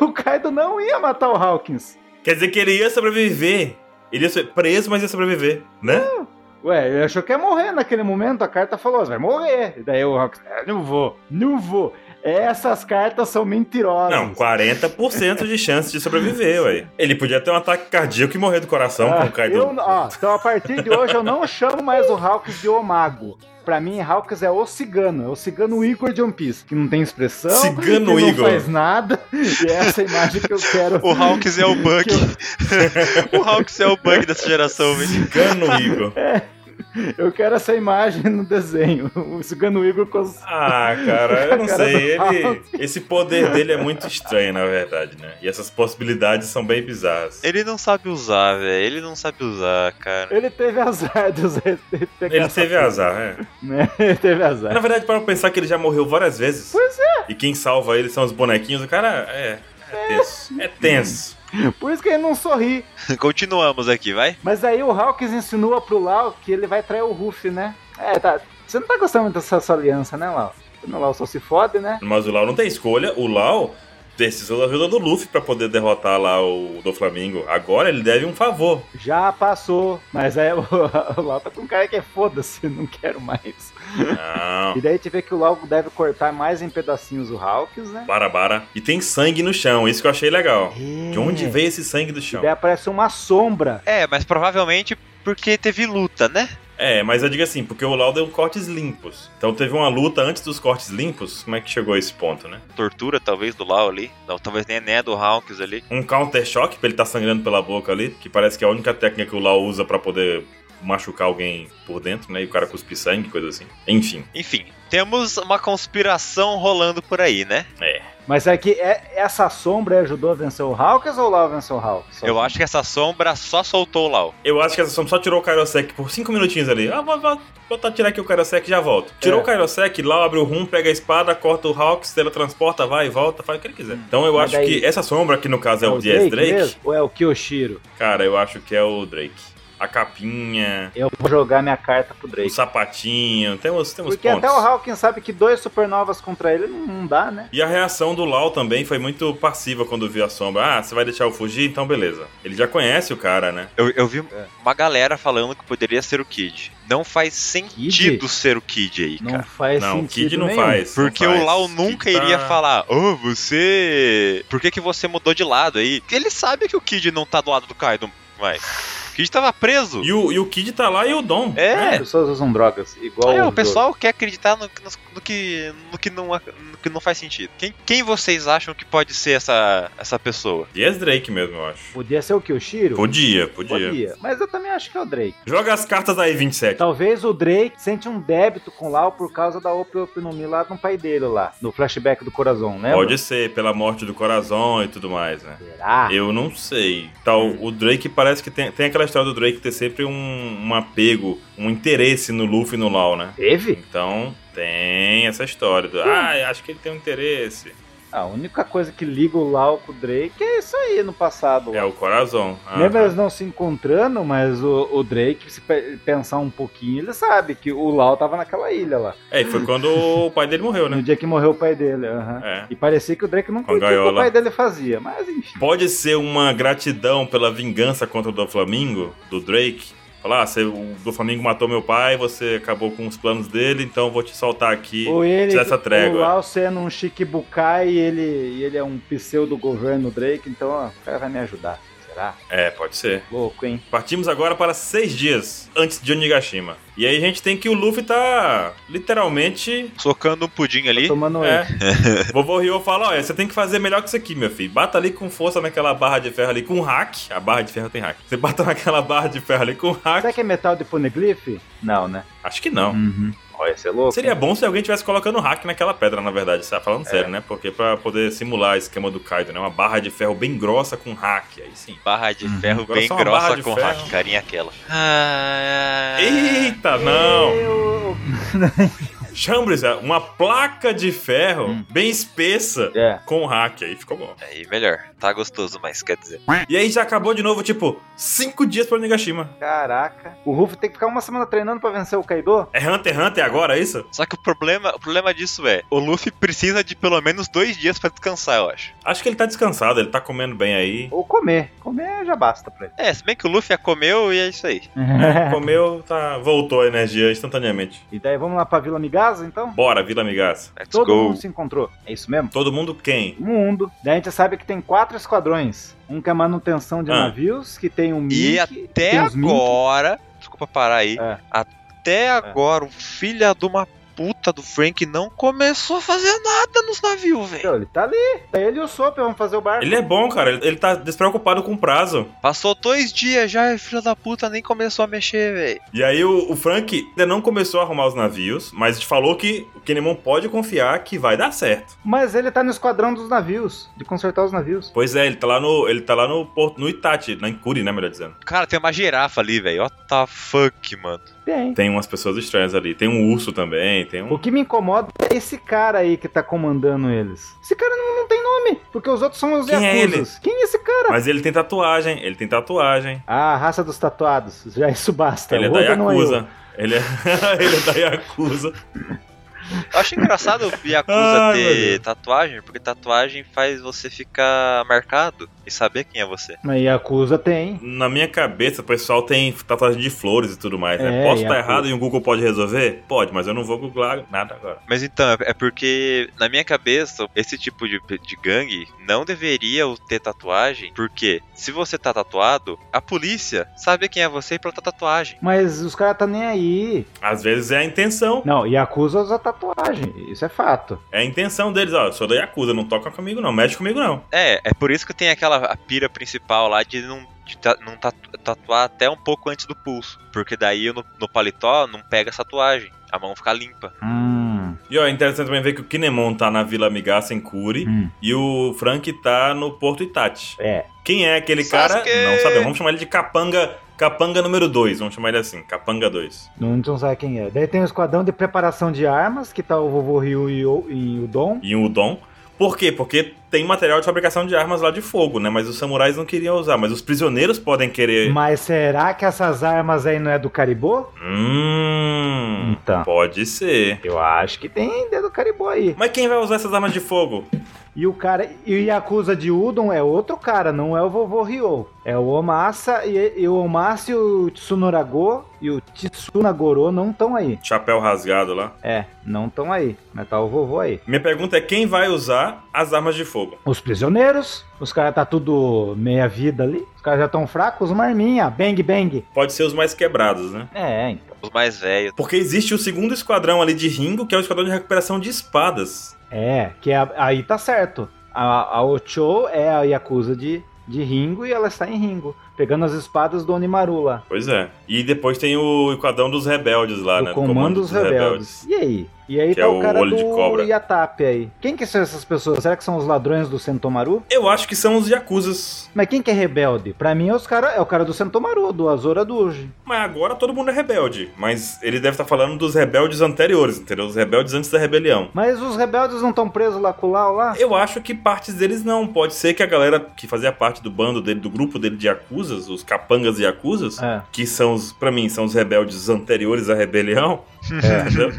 Speaker 3: o Kaido não ia matar o Hawkins.
Speaker 1: Quer dizer que ele ia sobreviver. Ele ia ser preso, mas ia sobreviver, né?
Speaker 3: Ué, ele achou que ia morrer naquele momento, a carta falou, "Você vai morrer. E daí o Hawkins, "Ah, não vou, não vou. Essas cartas são mentirosas.
Speaker 1: Não, 40% de chance de sobreviver, ué. Ele podia ter um ataque cardíaco e morrer do coração com o Kaido.
Speaker 3: Ah, eu- ó, então a partir de hoje eu não chamo mais o Hawks de o mago. Pra mim, Hawks é o cigano, é o cigano Igor de One Piece, que não tem expressão,
Speaker 1: Cigano
Speaker 3: que
Speaker 1: Igor.
Speaker 3: não faz nada, e é essa imagem que eu quero.
Speaker 2: O Hawks é o bug. o Hawks é o bug dessa geração, velho.
Speaker 1: Cigano Igor.
Speaker 3: Eu quero essa imagem no desenho, o cigano Igor com os...
Speaker 1: Ah, cara, eu não
Speaker 3: Cara
Speaker 1: sei.
Speaker 3: do
Speaker 1: Ele,
Speaker 3: Ralph.
Speaker 1: esse poder dele é muito estranho, na verdade, né? E essas possibilidades são bem bizarras.
Speaker 2: Ele não sabe usar, velho. Ele não sabe usar, cara.
Speaker 3: Ele teve azar de usar de pegar
Speaker 1: Ele
Speaker 3: essa-
Speaker 1: teve azar, é.
Speaker 3: né? Ele teve azar.
Speaker 1: Na verdade, para eu pensar que ele já morreu várias vezes.
Speaker 3: Pois
Speaker 1: é. E quem salva ele são os bonequinhos. O cara é, é tenso. É tenso.
Speaker 3: Por isso que ele não sorri.
Speaker 2: Continuamos aqui, vai.
Speaker 3: Mas aí o Hawks insinua pro Lau que ele vai trair o Ruff, né? É, tá. Você não tá gostando muito dessa sua aliança, né, Lau? O Lau só se fode, né?
Speaker 1: Mas o Lau não tem escolha. O Lau precisou da ajuda do Luffy pra poder derrotar lá o do Flamengo. Agora ele deve um favor.
Speaker 3: Já passou. Mas aí o, o Lau tá com cara que é foda-se, não quero mais.
Speaker 1: Não.
Speaker 3: E daí a gente vê que o Lau deve cortar mais em pedacinhos o Hawks, né?
Speaker 1: Bara, bara. E tem sangue no chão, isso que eu achei legal.
Speaker 3: É.
Speaker 1: De onde veio esse sangue do chão?
Speaker 3: Daí aparece uma sombra.
Speaker 2: É, mas provavelmente porque teve luta, né?
Speaker 1: É, mas eu digo assim, porque o Lau deu cortes limpos. Então teve uma luta antes dos cortes limpos. Como é que chegou a esse ponto, né?
Speaker 2: Tortura, talvez, do Lau ali. Não, talvez nem né, do Hawks ali.
Speaker 1: Um counter-choque pra ele tá sangrando pela boca ali, que parece que é a única técnica que o Lau usa pra poder machucar alguém por dentro, né? E o cara cuspir sangue, coisa assim. Enfim,
Speaker 2: Enfim, temos uma conspiração rolando por aí, né?
Speaker 1: é.
Speaker 3: Mas é que é- essa sombra ajudou a vencer o Hawks ou o Lau venceu o Hawks? Só-
Speaker 2: Eu acho que essa sombra só soltou o Lau.
Speaker 1: Eu acho que essa sombra só tirou o Kairosek por 5 minutinhos ali. Ah, vou, vou botar tirar aqui o Kairosek e já volto. Tirou
Speaker 3: É.
Speaker 1: o Kairosek, Lau abre o rum, pega a espada, corta o Hawks, teletransporta, vai e volta, faz o que ele quiser. Então eu
Speaker 3: Mas
Speaker 1: acho
Speaker 3: daí-
Speaker 1: que essa sombra, que no caso é o Diaz Drake,
Speaker 3: mesmo? Ou é o Kyoshiro?
Speaker 1: cara, eu acho que é o Drake. A capinha,
Speaker 3: Eu vou jogar minha carta pro
Speaker 1: o
Speaker 3: Drake.
Speaker 1: sapatinho, temos, temos
Speaker 3: Porque
Speaker 1: pontos.
Speaker 3: até o Hawkins sabe que dois supernovas contra ele não, não dá, né?
Speaker 1: E a reação do Lau também foi muito passiva quando viu a sombra. Ah, você vai deixar eu fugir? Então beleza. Ele já conhece o cara, né?
Speaker 2: Eu, eu vi
Speaker 3: É.
Speaker 2: uma galera falando que poderia ser o Kid. Não faz sentido ser o Kid aí,
Speaker 3: Não
Speaker 2: cara.
Speaker 3: faz
Speaker 1: não, o
Speaker 3: sentido
Speaker 1: Kid não
Speaker 3: nenhum.
Speaker 1: faz. não
Speaker 2: Porque
Speaker 1: faz.
Speaker 2: o Lau
Speaker 1: Kid
Speaker 2: nunca
Speaker 1: tá-
Speaker 2: iria falar, ô, você. Por que, que você mudou de lado aí? Porque Ele sabe que o Kid não tá do lado do Kaido, vai. O Kid tava preso.
Speaker 1: E o, e o Kid tá lá e o Dom.
Speaker 2: É.
Speaker 3: As pessoas usam drogas, igual
Speaker 2: É, o
Speaker 3: os
Speaker 2: pessoal quer acreditar no, que- no que, no, que não, no que não faz sentido. Quem, quem vocês acham que pode ser essa, essa pessoa?
Speaker 1: E é Drake mesmo, eu acho.
Speaker 3: outros. Podia ser o Kyoshiro?
Speaker 1: Podia, podia.
Speaker 3: Mas eu também acho que é o Drake.
Speaker 1: Joga as cartas aí, 27.
Speaker 3: Talvez o Drake sente um débito com o Lau por causa da Op Op no Mi lá no pai dele lá, no flashback do coração, né?
Speaker 1: Pode ser, pela morte do coração e tudo mais, né?
Speaker 3: Será?
Speaker 1: Eu não sei. Tal, o Drake parece que tem, tem aquela história do Drake ter sempre um, um apego, um interesse no Luffy e no Lau, né?
Speaker 3: Teve?
Speaker 1: Então tem essa história do. Ah, acho que ele tem um interesse.
Speaker 3: A única coisa que liga o Lau com o Drake é isso aí no passado.
Speaker 1: É o coração. Ah,
Speaker 3: Lembra eles não se encontrando, mas o, o Drake, se pe- pensar um pouquinho, ele sabe que o Lau tava naquela ilha lá.
Speaker 1: É, e foi quando o pai dele morreu,
Speaker 3: No
Speaker 1: né?
Speaker 3: dia que morreu o pai dele. aham.
Speaker 1: É.
Speaker 3: E parecia que o Drake não
Speaker 1: Com a
Speaker 3: curtia o que o
Speaker 1: gaiola.
Speaker 3: pai dele fazia, mas enfim.
Speaker 1: Pode ser uma gratidão pela vingança contra o do Flamengo, do Drake. Falar, ah, você, o do Flamengo matou meu pai, você acabou com os planos dele, então eu vou te soltar aqui.
Speaker 3: Ou ele,
Speaker 1: precisa dessa trégua.
Speaker 3: o Lau sendo um Shikibukai e ele, e ele é um pseudo governo Drake, então ó, o cara vai me ajudar. Será?
Speaker 1: É, pode ser.
Speaker 3: Louco, hein?
Speaker 1: Partimos agora para seis dias antes de Onigashima. E aí a gente tem que o Luffy tá literalmente.
Speaker 2: Socando um pudim ali.
Speaker 3: Tomando
Speaker 1: É.
Speaker 3: ele.
Speaker 1: Vovô Ryo fala: olha, você tem que fazer melhor que isso aqui, meu filho. Bata ali com força naquela barra de ferro ali com hack. A barra de ferro tem hack. Você bata naquela barra de ferro ali com hack.
Speaker 3: Será que é metal de poneglyph? Não, né?
Speaker 1: Acho que não.
Speaker 3: Uhum. Olha, você é louco.
Speaker 1: Seria
Speaker 3: hein?
Speaker 1: bom se alguém tivesse colocando hack naquela pedra, na verdade, tá falando sério, né? Porque pra poder simular o esquema do Kaido, né? Uma barra de ferro bem grossa com hack, aí sim.
Speaker 2: Barra de ferro
Speaker 1: Agora
Speaker 2: bem
Speaker 1: só uma barra
Speaker 2: grossa
Speaker 1: de
Speaker 2: com
Speaker 1: ferro.
Speaker 2: hack, carinha aquela. Ah,
Speaker 1: Eita, não!
Speaker 3: Eu-
Speaker 1: Chambres, é uma placa de ferro bem espessa
Speaker 3: É.
Speaker 1: com hack, aí ficou bom.
Speaker 2: Aí melhor. Tá gostoso, mas quer dizer.
Speaker 1: E aí já acabou de novo, tipo, cinco dias pra Nigashima.
Speaker 3: Caraca. O Ruff tem que ficar uma semana treinando pra vencer o Kaido?
Speaker 1: É Hunter x Hunter agora, é isso?
Speaker 2: Só que o problema, o problema disso é, o Luffy precisa de pelo menos dois dias pra descansar, eu acho.
Speaker 1: Acho que ele tá descansado, ele tá comendo bem aí.
Speaker 3: Ou comer. Comer já basta pra ele.
Speaker 2: É, se bem que o Luffy já comeu e é isso aí.
Speaker 1: Comeu, tá, voltou a energia instantaneamente.
Speaker 3: e daí vamos lá pra Vila Migasa, então?
Speaker 1: Bora, Vila Amigaça.
Speaker 2: Let's
Speaker 3: Todo
Speaker 2: go.
Speaker 3: mundo se encontrou. É isso mesmo?
Speaker 1: Todo mundo quem?
Speaker 3: O mundo. Daí a gente sabe que tem quatro esquadrões. Um que é manutenção de
Speaker 1: Ah.
Speaker 3: navios, que tem um
Speaker 2: E
Speaker 3: Mink,
Speaker 2: Até
Speaker 3: tem os Mink.
Speaker 2: agora. Desculpa parar aí.
Speaker 3: É.
Speaker 2: Até agora, o filho de uma puta do Frank não começou a fazer nada nos navios, velho.
Speaker 3: Meu, Ele tá ali. É Ele e o Sop vamos fazer o barco.
Speaker 1: Ele é bom, cara, ele ele tá despreocupado com o prazo.
Speaker 2: Passou dois dias já e o filho da puta nem começou a mexer, velho.
Speaker 1: E aí o, o Frank ainda não começou a arrumar os navios, mas falou que o Kinemon pode confiar que vai dar certo.
Speaker 3: Mas ele tá no esquadrão dos navios, de consertar os navios.
Speaker 1: Pois é, ele tá lá no. Ele tá lá no Porto. No Itachi, na Incuri, né, melhor dizendo.
Speaker 2: Cara, tem uma girafa ali, velho. What the fuck, mano.
Speaker 3: Tem.
Speaker 1: Tem umas pessoas estranhas ali. Tem um urso também, tem
Speaker 3: O
Speaker 1: um.
Speaker 3: que me incomoda é esse cara aí que tá comandando eles. Esse cara não, não tem nome, porque os outros são os
Speaker 1: Quem é
Speaker 3: Yakuzas. Quem é esse cara?
Speaker 1: Mas ele tem tatuagem, ele tem tatuagem.
Speaker 3: Ah, a raça dos tatuados. Já isso basta.
Speaker 1: ele é
Speaker 3: O
Speaker 1: da
Speaker 3: outro não eu.
Speaker 1: Yakuza. Ele é, ele é da Yakuza.
Speaker 2: Eu acho engraçado o Yakuza
Speaker 1: Ai, meu
Speaker 2: ter
Speaker 1: Deus.
Speaker 2: tatuagem, porque tatuagem faz você ficar marcado e saber quem é você.
Speaker 3: Mas Yakuza tem.
Speaker 1: Na minha cabeça, o pessoal tem tatuagem de flores e tudo mais, né?
Speaker 3: É,
Speaker 1: Posso
Speaker 3: e a
Speaker 1: estar
Speaker 3: cor.
Speaker 1: errado e o Google pode resolver? Pode, mas eu não vou googlar nada agora.
Speaker 2: Mas então, é é porque na minha cabeça, esse tipo de, de gangue não deveria ter tatuagem, porque se você tá tatuado, a polícia sabe quem é você pela tua tatuagem.
Speaker 3: Mas os caras tá nem aí.
Speaker 1: Às vezes é a intenção.
Speaker 3: Não, Yakuza usa tatuagem. Isso é fato.
Speaker 1: É a intenção deles, ó. Eu sou da Yakuza, não toca comigo não, mexe comigo não.
Speaker 2: É, é por isso que tem aquela a pira principal lá de não, de ta- não tatu- tatuar até um pouco antes do pulso. Porque daí no, no paletó não pega essa tatuagem. A mão fica limpa.
Speaker 3: Hum.
Speaker 1: E ó, é interessante também ver que o Kinemon tá na Vila Amigaça em Curi
Speaker 3: Hum.
Speaker 1: e o Frank tá no Porto Itati.
Speaker 3: É.
Speaker 1: Quem é aquele
Speaker 2: Sasuke!
Speaker 1: cara? Não sabemos. Vamos chamar ele de capanga, capanga número 2. Vamos chamar ele assim, capanga 2.
Speaker 3: Não, não sabe quem é. Daí tem o esquadrão de preparação de armas, que tá o vovô Ryu e o, e o Dom.
Speaker 1: E o Udon. Por quê? Porque tem material de fabricação de armas lá de fogo, né? Mas os samurais não queriam usar, mas os prisioneiros podem querer.
Speaker 3: Mas será que essas armas aí não é do Caribou?
Speaker 1: Hum.
Speaker 3: Então.
Speaker 1: Pode ser.
Speaker 3: Eu acho que tem dedo do Caribou aí.
Speaker 1: Mas quem vai usar essas armas de fogo?
Speaker 3: E o cara. E o Yakuza de Udon é outro cara, não é o vovô Ryo. É o Omasa e, e o Omasa e o Tsunorago e o Tsunagoro não estão aí.
Speaker 1: Chapéu rasgado lá.
Speaker 3: É, não estão aí. Mas tá o vovô aí.
Speaker 1: Minha pergunta é quem vai usar as armas de fogo?
Speaker 3: Os prisioneiros, os caras tá tudo meia vida ali. Os caras já tão fracos, marminha, bang bang.
Speaker 1: Pode ser os mais quebrados, né?
Speaker 3: É, então.
Speaker 2: Os mais velhos.
Speaker 1: Porque existe o segundo esquadrão ali de Ringo, que é o esquadrão de recuperação de espadas.
Speaker 3: É, que é- aí tá certo. A, a Ocho é a Yakuza de, de Ringo e ela está em Ringo, pegando as espadas do Onimaru lá.
Speaker 1: Pois é. E depois tem o esquadrão dos rebeldes lá,
Speaker 3: do
Speaker 1: né? Do
Speaker 3: Comando, dos Rebeldes. E aí? E aí
Speaker 1: Que
Speaker 3: tá
Speaker 1: é
Speaker 3: o
Speaker 1: o
Speaker 3: cara
Speaker 1: olho de
Speaker 3: do
Speaker 1: cobra.
Speaker 3: Yatape aí. Quem que são essas pessoas? Será que são os ladrões do Sentomaru?
Speaker 1: Eu acho que são os Yakuzas.
Speaker 3: Mas quem que é rebelde? Pra mim é, os cara, é o cara do Sentomaru, do Azora Duji.
Speaker 1: Mas agora todo mundo é rebelde. Mas ele deve estar falando dos rebeldes anteriores, entendeu? Os rebeldes antes da rebelião.
Speaker 3: Mas os rebeldes não estão presos lá com o Lau lá?
Speaker 1: Eu acho que partes deles não. Pode ser que a galera que fazia parte do bando dele, do grupo dele de Yakuzas, os capangas e Yakuzas,
Speaker 3: É.
Speaker 1: que são os, para mim, são os rebeldes anteriores à rebelião,
Speaker 3: É.
Speaker 1: entendeu?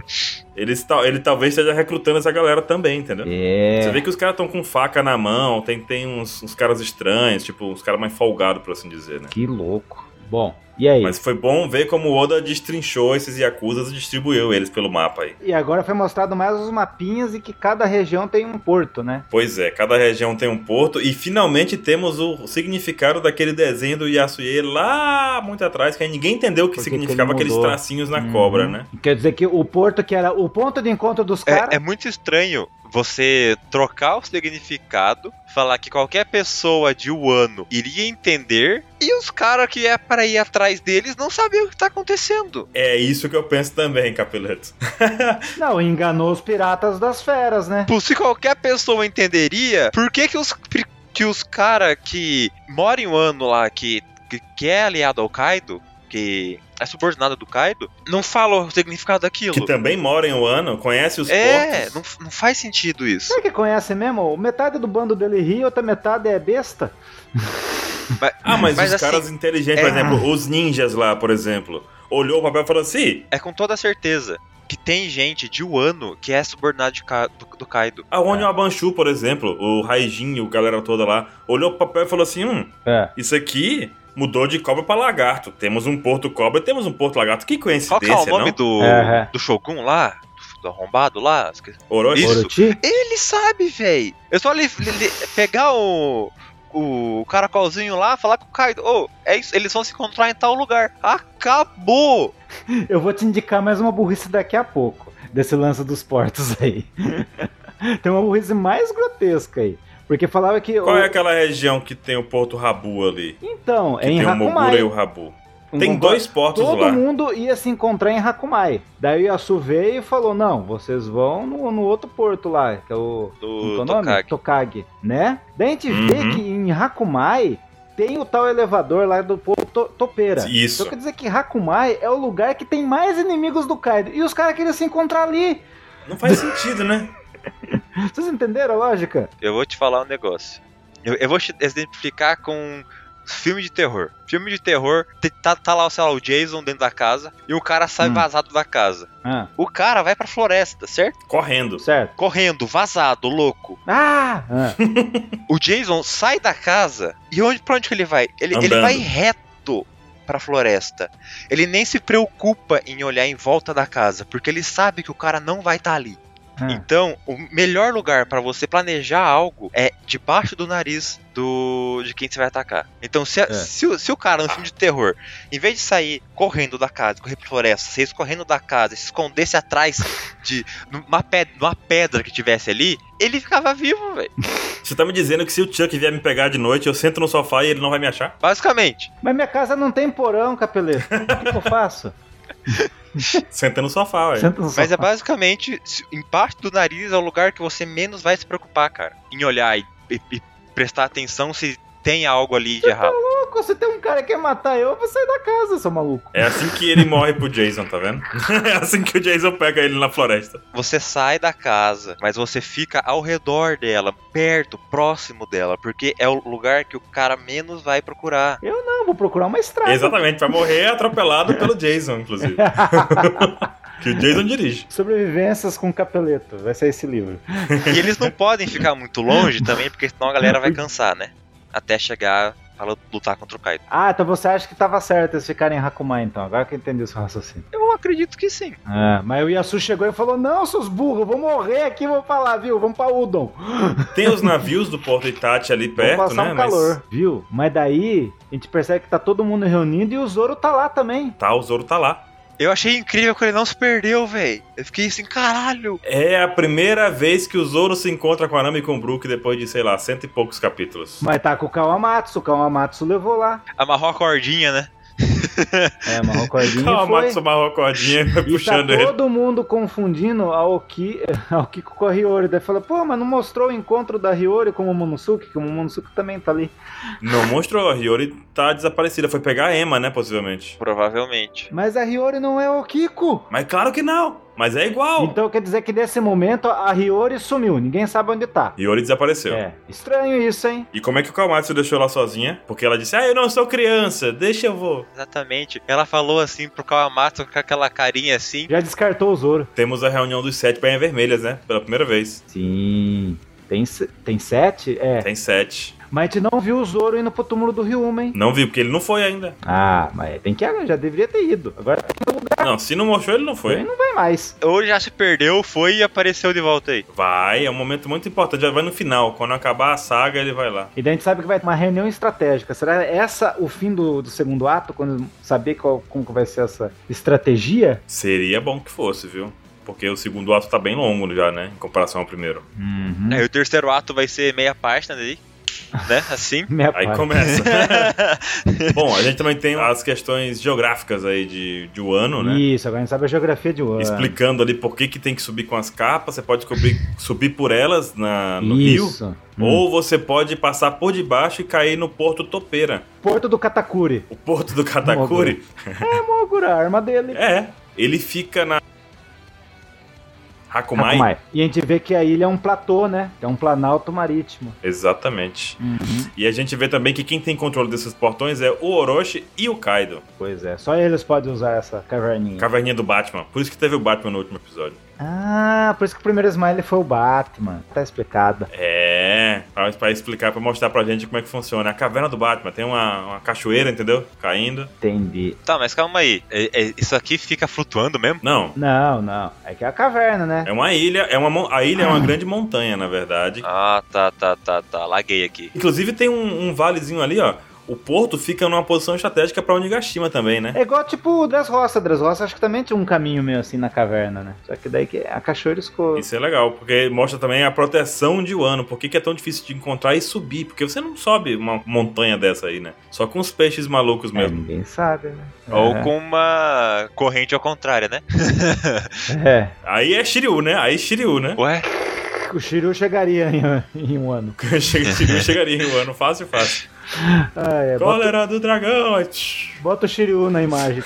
Speaker 1: Eles, tal- ele talvez esteja recrutando essa galera também, entendeu? Você
Speaker 3: É.
Speaker 1: vê que os caras estão com faca na mão, tem, tem uns, uns caras estranhos, tipo, uns caras mais folgados, por assim dizer, né?
Speaker 3: Que louco. Bom, e aí?
Speaker 1: Mas foi bom ver como o Oda destrinchou esses Yakuzas e distribuiu eles pelo mapa aí.
Speaker 3: E agora foi mostrado mais os mapinhas e que cada região tem um porto, né?
Speaker 1: Pois é, cada região tem um porto e finalmente temos o significado daquele desenho do Yasuye lá muito atrás, que aí ninguém entendeu o que
Speaker 3: Por que que
Speaker 1: significava
Speaker 3: ele
Speaker 1: aqueles
Speaker 3: mudou?
Speaker 1: tracinhos na cobra,
Speaker 3: Uhum.
Speaker 1: né?
Speaker 3: Quer dizer que o porto que era o ponto de encontro dos caras...
Speaker 2: É, é muito estranho você trocar o significado, falar que qualquer pessoa de Wano iria entender, e os caras que é para ir atrás deles não sabiam o que tá acontecendo.
Speaker 1: É isso que eu penso também, Capileto.
Speaker 3: Não, enganou os piratas das feras, né?
Speaker 2: Tipo, se qualquer pessoa entenderia, por que que os, que os cara que moram em Wano lá, que, que, que é aliado ao Kaido, que é subordinado do Kaido, não falam o significado daquilo?
Speaker 1: Que também mora em Wano, conhece os
Speaker 2: É,
Speaker 1: portos.
Speaker 2: não, não faz sentido isso.
Speaker 3: Será que conhece mesmo? Metade do bando dele ri, outra metade é besta.
Speaker 2: Mas-
Speaker 1: Ah, mas, os
Speaker 2: assim,
Speaker 1: caras inteligentes, por
Speaker 2: é-
Speaker 1: exemplo, os ninjas lá, por exemplo, olhou o papel e falou assim:
Speaker 2: é com toda certeza que tem gente de Wano que é subordinado de Ka- do, do Kaido.
Speaker 1: aonde o Abanchu, é por exemplo, o Raijin, o galera toda lá, olhou o papel e falou assim: hum,
Speaker 3: É.
Speaker 1: isso aqui mudou de cobra pra lagarto. Temos um porto cobra e temos um porto lagarto. Que
Speaker 2: Qual que
Speaker 1: coincidência,
Speaker 2: é o nome
Speaker 1: não?
Speaker 2: do,
Speaker 3: É, é.
Speaker 2: do Shogun lá? Do, do arrombado lá? Esque-
Speaker 1: Orochi?
Speaker 2: Isso.
Speaker 3: Orochi?
Speaker 2: Ele sabe, véi. Eu só li, li- li- pegar o, o caracolzinho lá, falar com o Kaido. Ô, é isso, eles vão se encontrar em tal lugar. Acabou!
Speaker 3: Eu vou te indicar mais uma burrice daqui a pouco, desse lance dos portos aí. Tem uma burrice mais grotesca aí. Porque falava que.
Speaker 1: Qual é aquela região que tem o porto Rabu ali?
Speaker 3: Então,
Speaker 1: Que
Speaker 3: é em
Speaker 1: tem o Mogura e
Speaker 3: Hakumai.
Speaker 1: o Rabu.
Speaker 3: Um
Speaker 1: Tem
Speaker 3: concor-
Speaker 1: dois portos
Speaker 3: Todo
Speaker 1: lá.
Speaker 3: mundo ia se encontrar em Hakumai. Daí o Yasu veio e falou: não, vocês vão no, no outro porto lá, que é o. Como que é
Speaker 2: Do
Speaker 3: o nome?
Speaker 2: Tokage.
Speaker 3: Tokage, né? Daí a gente vê
Speaker 1: Uhum.
Speaker 3: que em Hakumai tem o tal elevador lá do povo to- topeira.
Speaker 1: Isso.
Speaker 3: Então quer dizer que Hakumai é o lugar que tem mais inimigos do Kaido. E os caras queriam se encontrar ali.
Speaker 1: Não faz sentido, né?
Speaker 3: Vocês entenderam a lógica?
Speaker 2: Eu vou te falar um negócio. Eu, eu vou te exemplificar com filme de terror. Filme de terror, te- tá, tá lá, sei lá, o Jason dentro da casa e o cara sai
Speaker 3: Hum.
Speaker 2: vazado da casa.
Speaker 3: Ah,
Speaker 2: O cara vai pra floresta, certo?
Speaker 1: Correndo.
Speaker 3: certo.
Speaker 2: Correndo, vazado, louco.
Speaker 3: Ah! ah.
Speaker 2: O Jason sai da casa e onde, pra onde que ele vai? Ele, ele
Speaker 1: Andando.
Speaker 2: vai reto pra floresta. Ele nem se preocupa em olhar em volta da casa, porque ele sabe que o cara não vai estar ali.
Speaker 3: Ah.
Speaker 2: Então, o melhor lugar pra você planejar algo é debaixo do nariz do de quem você vai atacar. Então, se, a-
Speaker 3: É.
Speaker 2: se, o- se o cara no filme de terror, em vez de sair correndo da casa, correr pra floresta, sair correndo da casa, se escondesse atrás de uma pedra, uma pedra que tivesse ali, ele ficava vivo, velho.
Speaker 1: Você tá me dizendo que se o Chuck vier me pegar de noite, eu sento no sofá e ele não vai me achar?
Speaker 2: Basicamente.
Speaker 3: Mas minha casa não tem porão, capeleto. O que, que eu faço?
Speaker 1: Senta no sofá, ué.
Speaker 3: Senta no
Speaker 2: Mas é
Speaker 3: sofá.
Speaker 2: basicamente, se- embaixo do nariz é o lugar que você menos vai se preocupar, cara. Em olhar e, e- e prestar atenção se tem algo ali de errado.
Speaker 3: Louco, se tem um cara que quer matar eu, eu vou sair da casa, seu maluco.
Speaker 1: É assim que ele morre pro Jason, tá vendo? É assim que o Jason pega ele na floresta.
Speaker 2: Você sai da casa, mas você fica ao redor dela, perto, próximo dela, porque é o lugar que o cara menos vai procurar.
Speaker 3: Eu não, vou procurar uma estrada.
Speaker 1: Exatamente, vai morrer atropelado pelo Jason, inclusive. que o Jason dirige.
Speaker 3: Sobrevivências com capeleto. Vai ser esse livro.
Speaker 2: E eles não podem ficar muito longe também, porque senão a galera vai cansar, né? Até chegar a lu- lutar contra o Kaido.
Speaker 3: Ah, então você acha que tava certo eles ficarem em Hakumai, então. Agora que eu entendi o seu raciocínio.
Speaker 2: Eu acredito que sim.
Speaker 3: Ah, mas o Yasu chegou e falou, não, seus burros, eu vou morrer aqui, vou falar, viu? Vamos pra Udon.
Speaker 1: Tem os navios do Porto Itachi ali
Speaker 3: Vamos
Speaker 1: perto,
Speaker 3: passar
Speaker 1: né?
Speaker 3: um
Speaker 1: Mas
Speaker 3: calor, viu? Mas daí, a gente percebe que tá todo mundo reunido e o Zoro tá lá também.
Speaker 1: tá, o Zoro tá lá.
Speaker 2: Eu achei incrível que ele não se perdeu, velho. Eu fiquei assim, caralho.
Speaker 1: É a primeira vez que o Zoro se encontra com a Nami e com o Brook depois de, sei lá, cento e poucos capítulos.
Speaker 3: Mas tá com o Kawamatsu, o Kawamatsu levou lá.
Speaker 2: Amarrou a cordinha, né?
Speaker 3: É, uma cordinha
Speaker 1: Calma,
Speaker 3: e foi.
Speaker 1: Max amarrou a cordinha
Speaker 3: E tá
Speaker 1: puxando ele.
Speaker 3: todo mundo confundindo a Oki, a Oki com a Hiyori. Daí fala, pô, mas não mostrou o encontro da Hiyori com o Momonosuke? Que o Momonosuke também tá ali.
Speaker 1: Não mostrou, a Hiyori tá desaparecida. Foi pegar a Emma, né, possivelmente.
Speaker 2: Provavelmente.
Speaker 3: Mas a Hiyori não é o Kiko.
Speaker 1: Mas claro que não, mas é igual.
Speaker 3: Então quer dizer que nesse momento a Hiyori sumiu, ninguém sabe onde tá.
Speaker 1: Hiyori desapareceu.
Speaker 3: É, estranho isso, hein?
Speaker 1: E como é que o Kamatsu deixou ela sozinha? Porque ela disse, ah, eu não sou criança, deixa eu vou.
Speaker 2: Exatamente. Ela falou assim pro Kawamatsu com aquela carinha assim.
Speaker 3: Já descartou o Zoro.
Speaker 1: Temos a reunião dos sete bainhas vermelhas, né? Pela primeira vez.
Speaker 3: Sim. Tem, se- tem sete? É.
Speaker 1: Tem sete.
Speaker 3: Mas a gente não viu o Zoro indo pro túmulo do Ryuma, hein?
Speaker 1: Não vi, porque ele não foi ainda.
Speaker 3: Ah, mas tem que já deveria ter ido. Agora
Speaker 1: Não, se não mostrou, ele não foi.
Speaker 3: também não vai mais.
Speaker 2: Ou já se perdeu, foi e apareceu de volta aí.
Speaker 1: Vai, é um momento muito importante. Já vai no final. Quando acabar a saga, ele vai lá.
Speaker 3: E daí a gente sabe que vai ter uma reunião estratégica. Será essa o fim do, do segundo ato? Quando saber qual, como que vai ser essa estratégia?
Speaker 1: Seria bom que fosse, viu? Porque o segundo ato tá bem longo já, né? Em comparação ao primeiro. Né?
Speaker 3: Uhum.
Speaker 1: É,
Speaker 2: Aí o terceiro ato vai ser meia página ali. Né? Assim.
Speaker 3: Minha
Speaker 1: Aí
Speaker 3: parte.
Speaker 1: começa. bom, a gente também tem as questões geográficas aí de, de Wano, né?
Speaker 3: Isso, agora a gente sabe a geografia de Wano.
Speaker 1: Explicando ali por que, que tem que subir com as capas. Você pode cobrir- subir por elas na, no rio.
Speaker 3: Isso. Hum.
Speaker 1: Ou você pode passar por debaixo e cair no Porto Topeira.
Speaker 3: Porto do Katakuri.
Speaker 1: O Porto do Katakuri
Speaker 3: É, Mogura, a arma dele.
Speaker 1: é. Ele fica na. Hakumai?
Speaker 3: Hakumai. E a gente vê que a ilha é um platô, né? É um planalto marítimo.
Speaker 1: Exatamente. E a gente vê também que quem tem controle desses portões é o Orochi e o Kaido.
Speaker 3: Pois é, só eles podem usar essa caverninha.
Speaker 1: Caverninha do Batman. Por isso que teve o Batman no último episódio.
Speaker 3: Ah, por isso que o primeiro smile foi o Batman. Tá explicado.
Speaker 1: É. Pra, pra explicar, pra mostrar pra gente como é que funciona. A caverna do Batman. Tem uma, uma cachoeira, entendeu? Caindo.
Speaker 3: Entendi.
Speaker 2: Tá, mas calma aí. É- é- isso aqui fica flutuando mesmo?
Speaker 1: Não.
Speaker 3: Não, não. É que é a caverna, né?
Speaker 1: É uma ilha. É uma, mon- a ilha é uma grande montanha, na verdade.
Speaker 2: Ah, tá, tá, tá, tá. Laguei aqui.
Speaker 1: Inclusive tem um, um valezinho ali, ó. O porto fica numa posição estratégica pra Onigashima também, né?
Speaker 3: É igual tipo o Dressrosa. Dressrosa acho que também tinha um caminho meio assim na caverna, né? Só que daí que a cachoeira escova.
Speaker 1: Isso é legal, porque mostra também a proteção de Wano. Por que, que é tão difícil de encontrar e subir? Porque você não sobe uma montanha dessa aí, né? Só com os peixes malucos
Speaker 3: É,
Speaker 1: mesmo.
Speaker 3: ninguém sabe, né?
Speaker 1: É.
Speaker 2: Ou com uma corrente ao contrário, né?
Speaker 3: É.
Speaker 1: Aí é Shiryu, né? Aí Shiryu, né?
Speaker 2: Ué?
Speaker 3: O Shiryu chegaria em, em um ano.
Speaker 1: Chega- Shiryu chegaria em Wano fácil, fácil.
Speaker 3: Ah, é, bota,
Speaker 1: Cólera do dragão! aí, tch.
Speaker 3: bota o Shiryu na imagem.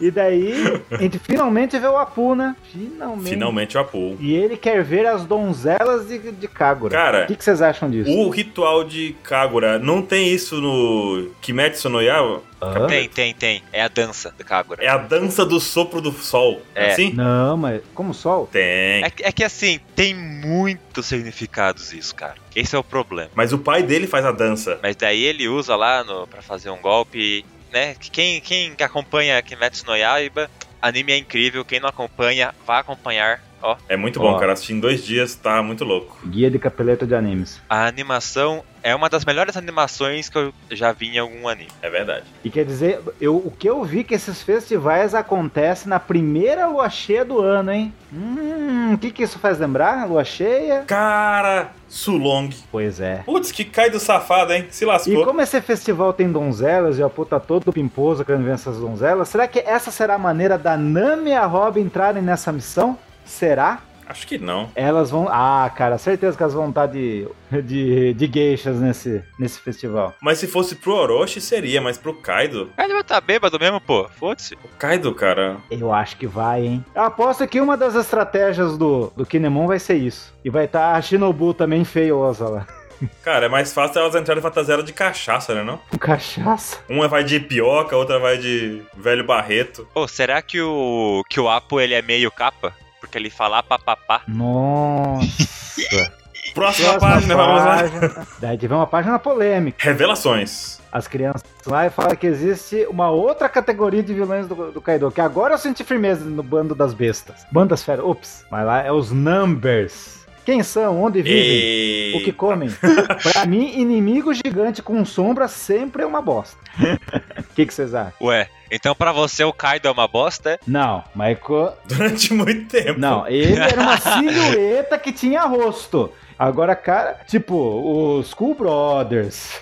Speaker 3: e daí, a gente finalmente vê o Apu, né? Finalmente.
Speaker 1: Finalmente o Apu.
Speaker 3: E ele quer ver as donzelas de, de Kagura.
Speaker 1: Cara,
Speaker 3: o que, que vocês acham disso?
Speaker 1: O ritual de Kagura não tem isso no Kimetsu no Yaiba?
Speaker 3: Hã?
Speaker 2: Tem, tem, tem. É a dança do Kagura.
Speaker 1: É a dança do sopro do sol. É
Speaker 2: É.
Speaker 1: assim?
Speaker 3: Não, mas como sol?
Speaker 1: Tem.
Speaker 2: É, que- é que assim, tem muitos significados isso, cara. Esse é o problema.
Speaker 1: Mas o pai dele faz a dança.
Speaker 2: Mas daí ele usa lá no, pra fazer um golpe, né? Que Quem, quem acompanha Kimetsu no Yaiba, anime é incrível. Quem não acompanha, vá acompanhar. Ó,
Speaker 1: É muito bom,
Speaker 3: Ó.
Speaker 1: cara. Assistir em dois dias tá muito louco.
Speaker 3: Guia de capeleta de animes.
Speaker 2: a animação é uma das melhores animações que eu já vi em algum anime.
Speaker 1: É verdade.
Speaker 3: E quer dizer, eu, o que eu vi que esses festivais acontecem na primeira lua cheia do ano, hein? Hum, o que, que isso faz lembrar? Lua cheia?
Speaker 1: Cara, Sulong.
Speaker 3: Pois é.
Speaker 1: Putz, que cai do safado, hein? Se
Speaker 3: E
Speaker 1: lascou.
Speaker 3: como esse festival tem donzelas e o Apu tá todo pimposo querendo ver essas donzelas, será que essa será a maneira da Nami e a Robin entrarem nessa missão? Será?
Speaker 1: Acho que não.
Speaker 3: Elas vão. Ah, cara, certeza que elas vão estar de, de, de geixas nesse, nesse festival.
Speaker 1: Mas se fosse pro Orochi, seria. Mas pro Kaido...
Speaker 2: Ele vai estar tá bêbado mesmo, pô. Foda-se.
Speaker 1: O Kaido, cara...
Speaker 3: Eu acho que vai, hein? Eu aposto que uma das estratégias do, do Kinemon vai ser isso. E vai estar a Shinobu também feiosa lá.
Speaker 1: Cara, é mais fácil elas entrarem fantasiadas de cachaça, né não?
Speaker 3: Com cachaça.
Speaker 1: Uma vai de pioca, outra vai de velho barreto.
Speaker 2: Pô, será que o, que o Apo ele é meio capa? Porque ele fala papapá.
Speaker 3: Nossa.
Speaker 1: Próxima, página, vamos lá.
Speaker 3: página. Daí tiver uma página polêmica.
Speaker 1: Revelações.
Speaker 3: As crianças lá e falam que existe uma outra categoria de vilões do, do Kaido. Que agora eu senti firmeza no bando das bestas. Bando das feras. Ops. Mas lá é os Numbers. Quem são? Onde vivem?
Speaker 1: E...
Speaker 3: O que comem? pra mim, inimigo gigante com sombra sempre é uma bosta. O que que vocês acham?
Speaker 2: Ué, então pra você o Kaido é uma bosta? é?
Speaker 3: Não, Michael.
Speaker 1: Durante muito tempo.
Speaker 3: Não, é ele era uma silhueta que tinha rosto. Agora, cara, tipo, os Cool Brothers,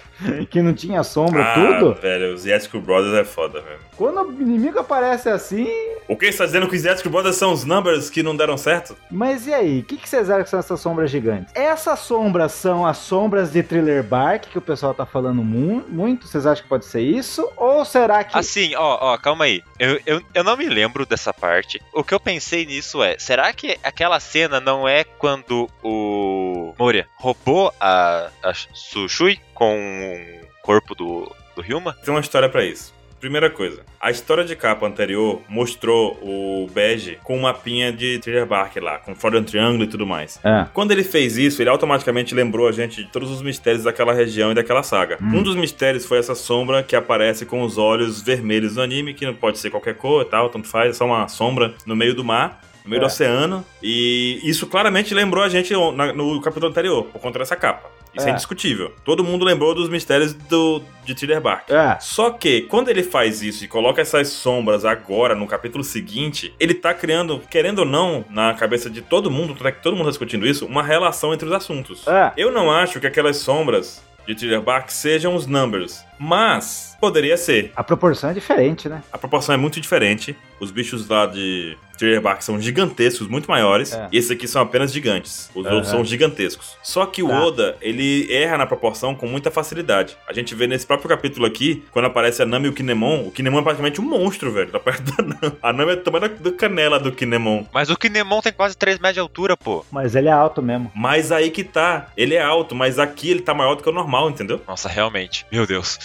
Speaker 3: que não tinha sombra,
Speaker 1: Ah,
Speaker 3: tudo.
Speaker 1: velho, os Yetico Brothers é foda, velho.
Speaker 3: Quando o inimigo aparece assim.
Speaker 1: O que está dizendo que os Yetico Brothers são os numbers que não deram certo?
Speaker 3: Mas e aí? O que, que vocês acham que são essas sombras gigantes? Essas sombras são as sombras de Thriller Bark, que o pessoal tá falando mu- muito. Vocês acham que pode ser isso? Ou será que.
Speaker 2: Assim, ó, ó, calma aí. Eu, eu, eu não me lembro dessa parte. O que eu pensei nisso é, será que aquela cena não é quando o Moria roubou a, a Sushui com o corpo do, do Ryuma?
Speaker 1: Tem uma história pra isso. Primeira coisa, a história de capa anterior mostrou o Bege com um mapinha de Thriller Bark lá, com Frozen Triangle e tudo mais.
Speaker 3: Ah,
Speaker 1: Quando ele fez isso, ele automaticamente lembrou a gente de todos os mistérios daquela região e daquela saga.
Speaker 3: Hum.
Speaker 1: Um dos mistérios foi essa sombra que aparece com os olhos vermelhos no anime, que não pode ser qualquer cor e tal, tanto faz, é só uma sombra no meio do mar. No meio do
Speaker 3: É.
Speaker 1: oceano, e isso claramente lembrou a gente na- no capítulo anterior, por conta dessa capa. Isso é,
Speaker 3: É.
Speaker 1: indiscutível. Todo mundo lembrou dos mistérios do, de Thriller Bark.
Speaker 3: ah,
Speaker 1: Só que, quando ele faz isso e coloca essas sombras agora no capítulo seguinte, ele tá criando, querendo ou não, na cabeça de todo mundo, tanto é que todo mundo tá discutindo isso, uma relação entre os assuntos.
Speaker 3: ah.
Speaker 1: Eu não acho que aquelas sombras de Thriller Bark sejam os numbers, mas poderia ser.
Speaker 3: A proporção é diferente, né?
Speaker 1: A proporção é muito diferente. Os bichos lá de Thriller Bark são gigantescos, muito maiores.
Speaker 3: É.
Speaker 1: E esses aqui são apenas gigantes. Os
Speaker 3: Aham.
Speaker 1: outros são gigantescos. Só que o
Speaker 3: Tá.
Speaker 1: Oda, ele erra na proporção com muita facilidade. A gente vê nesse próprio capítulo aqui, quando aparece a Nami e o Kinemon, o Kinemon é praticamente um monstro, velho. Tá perto da Nami. A Nami é do tamanho da do canela do Kinemon.
Speaker 2: Mas o Kinemon tem quase 3 metros de altura, pô.
Speaker 3: Mas ele é alto mesmo.
Speaker 1: Mas aí que tá. Ele é alto, mas aqui ele tá maior do que o normal, entendeu?
Speaker 2: Nossa, realmente. Meu Deus.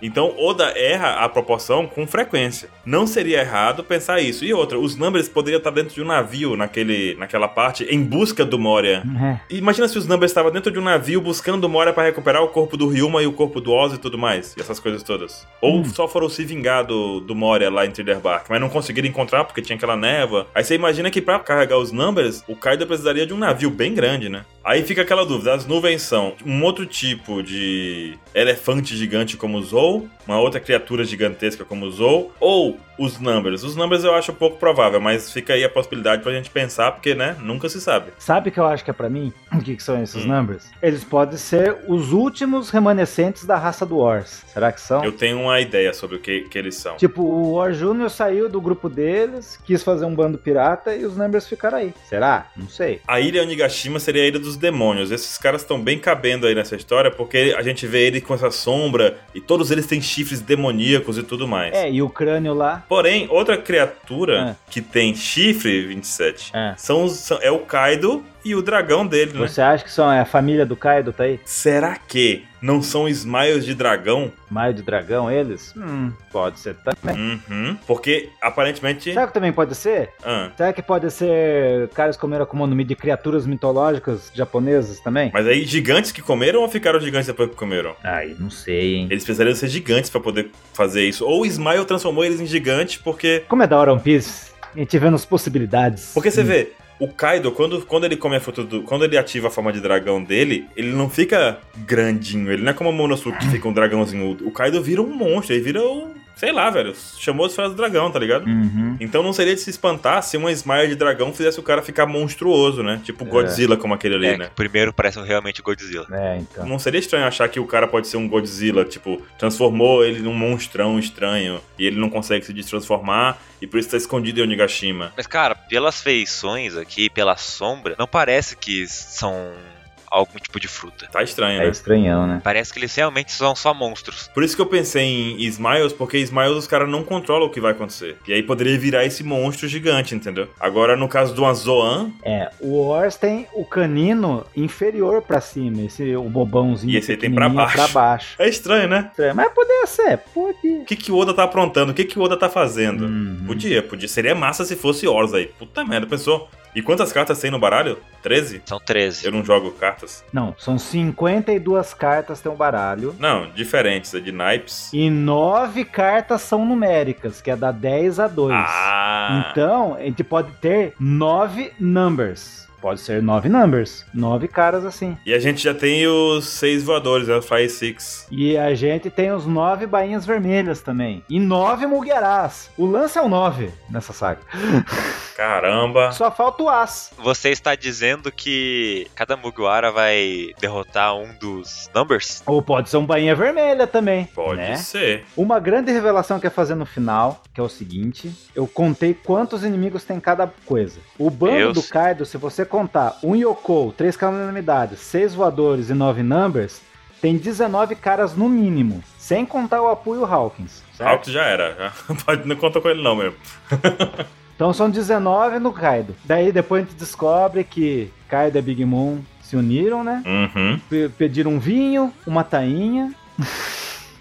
Speaker 1: Então, Oda erra a proporção com frequência. Não seria errado pensar isso. E outra, os Numbers poderiam estar dentro de um navio naquele, naquela parte, em busca do Moria.
Speaker 3: É.
Speaker 1: Imagina se os Numbers estavam dentro de um navio buscando o Moria para recuperar o corpo do Ryuma e o corpo do Oz e tudo mais. E essas coisas todas. Ou
Speaker 3: Hum.
Speaker 1: só foram se vingar do, do Moria lá em Thriller Bark, mas não conseguiram encontrar porque tinha aquela neva. Aí você imagina que para carregar os Numbers, o Kaido precisaria de um navio bem grande, né? Aí fica aquela dúvida, as nuvens são um outro tipo de elefante gigante como o Zou, uma outra criatura gigantesca como o Zou, ou os numbers. Os numbers eu acho pouco provável, mas fica aí a possibilidade pra gente pensar, porque, né, nunca se sabe.
Speaker 3: Sabe o que eu acho que é pra mim? O que, que são esses
Speaker 1: Hum.
Speaker 3: numbers? Eles podem ser os últimos remanescentes da raça do Ors. Será que são?
Speaker 1: Eu tenho uma ideia sobre o que, que eles são.
Speaker 3: Tipo, o War Jr. saiu do grupo deles, quis fazer um bando pirata e os numbers ficaram aí. Será? Não sei.
Speaker 1: A ilha Onigashima seria a ilha dos demônios. Esses caras estão bem cabendo aí nessa história, porque a gente vê ele com essa sombra e todos eles têm chifres demoníacos e tudo mais.
Speaker 3: É, e o crânio lá?
Speaker 1: Porém, outra criatura que tem chifre 27
Speaker 3: É.
Speaker 1: são, os- são- é o Kaido e o dragão dele, né?
Speaker 3: Você acha que são é, a família do Kaido tá aí?
Speaker 1: Será que não são Smiles de dragão?
Speaker 3: Maio de dragão, eles? Hum, pode ser também.
Speaker 1: Uhum. Porque aparentemente.
Speaker 3: Será que também pode ser?
Speaker 1: Ah,
Speaker 3: Será que pode ser caras comeram a Akuma no Mi de criaturas mitológicas japonesas também?
Speaker 1: mas aí, gigantes que comeram ou ficaram gigantes depois que comeram?
Speaker 3: Ai, não sei, hein.
Speaker 1: Eles precisariam ser gigantes pra poder fazer isso. Ou o Smile transformou eles em gigante porque
Speaker 3: Como é da hora One Piece? A gente vendo as possibilidades.
Speaker 1: Porque você vê, o Kaido, quando, quando ele come a fruta do. Quando ele ativa a forma de dragão dele, ele não fica grandinho. Ele não é como o Monosuke que fica um dragãozinho. O Kaido vira um monstro, ele vira um. Sei lá, velho. Chamou as feras do dragão, tá ligado?
Speaker 3: Uhum.
Speaker 1: Então não seria de se espantar se uma smile de dragão fizesse o cara ficar monstruoso, né? Tipo Godzilla, como aquele ali,
Speaker 2: É,
Speaker 1: né?
Speaker 2: que primeiro parece um realmente Godzilla.
Speaker 3: É, então.
Speaker 1: Não seria estranho achar que o cara pode ser um Godzilla, tipo, transformou ele num monstrão estranho e ele não consegue se destransformar e por isso tá escondido em Onigashima.
Speaker 2: Mas, cara, pelas feições aqui, pela sombra, não parece que são algum tipo de fruta.
Speaker 1: Tá estranho,
Speaker 3: É
Speaker 1: né?
Speaker 3: estranhão, né?
Speaker 2: Parece que eles realmente são só monstros.
Speaker 1: Por isso que eu pensei em Smiles, porque Smiles os caras não controlam o que vai acontecer. E aí poderia virar esse monstro gigante, entendeu? Agora, no caso de uma Zoan
Speaker 3: É, o Ors tem o canino inferior pra cima, esse o bobãozinho.
Speaker 1: E esse aí tem pra
Speaker 3: pequenininho
Speaker 1: baixo.
Speaker 3: Pra baixo.
Speaker 1: é estranho, né?
Speaker 3: Estranho, Mas poderia ser, podia.
Speaker 1: O que, que o Oda tá aprontando? O que, que o Oda tá fazendo?
Speaker 3: Uhum.
Speaker 1: Podia, podia. Seria massa se fosse Ors aí. Puta merda, pensou? E quantas cartas tem no baralho? 13?
Speaker 2: São 13.
Speaker 1: Eu não jogo cartas.
Speaker 3: Não, são 52 cartas tem um baralho.
Speaker 1: Não, diferentes, é de naipes.
Speaker 3: E nove cartas são numéricas, que é da 10 a 2.
Speaker 1: Ah!
Speaker 3: Então, a gente pode ter nove numbers. Pode ser nove numbers. Nove caras assim.
Speaker 1: E a gente já tem os seis voadores, né? Fire Six.
Speaker 3: E a gente tem os nove bainhas vermelhas também. E nove Mugiarás. O lance é o nove nessa saga.
Speaker 1: Caramba!
Speaker 3: Só falta o As.
Speaker 2: Você está dizendo que cada Mugiwara vai derrotar um dos Numbers?
Speaker 3: Ou pode ser um bainha vermelha também.
Speaker 1: Pode
Speaker 3: né?
Speaker 1: ser.
Speaker 3: Uma grande revelação que é fazer no final, que é o seguinte: eu contei quantos inimigos tem cada coisa. O bando do
Speaker 2: Deus.
Speaker 3: Kaido, se você contar um Yoko, três calamidades, seis voadores e nove numbers, tem 19 caras no mínimo, sem contar o apoio Hawkins. Certo?
Speaker 1: Alto já era. já. Pode, não conta com ele não mesmo.
Speaker 3: Então são 19 no Kaido. Daí depois a gente descobre que Kaido e Big Moon se uniram, né?
Speaker 1: Uhum.
Speaker 3: Pe- Pediram um vinho, uma tainha.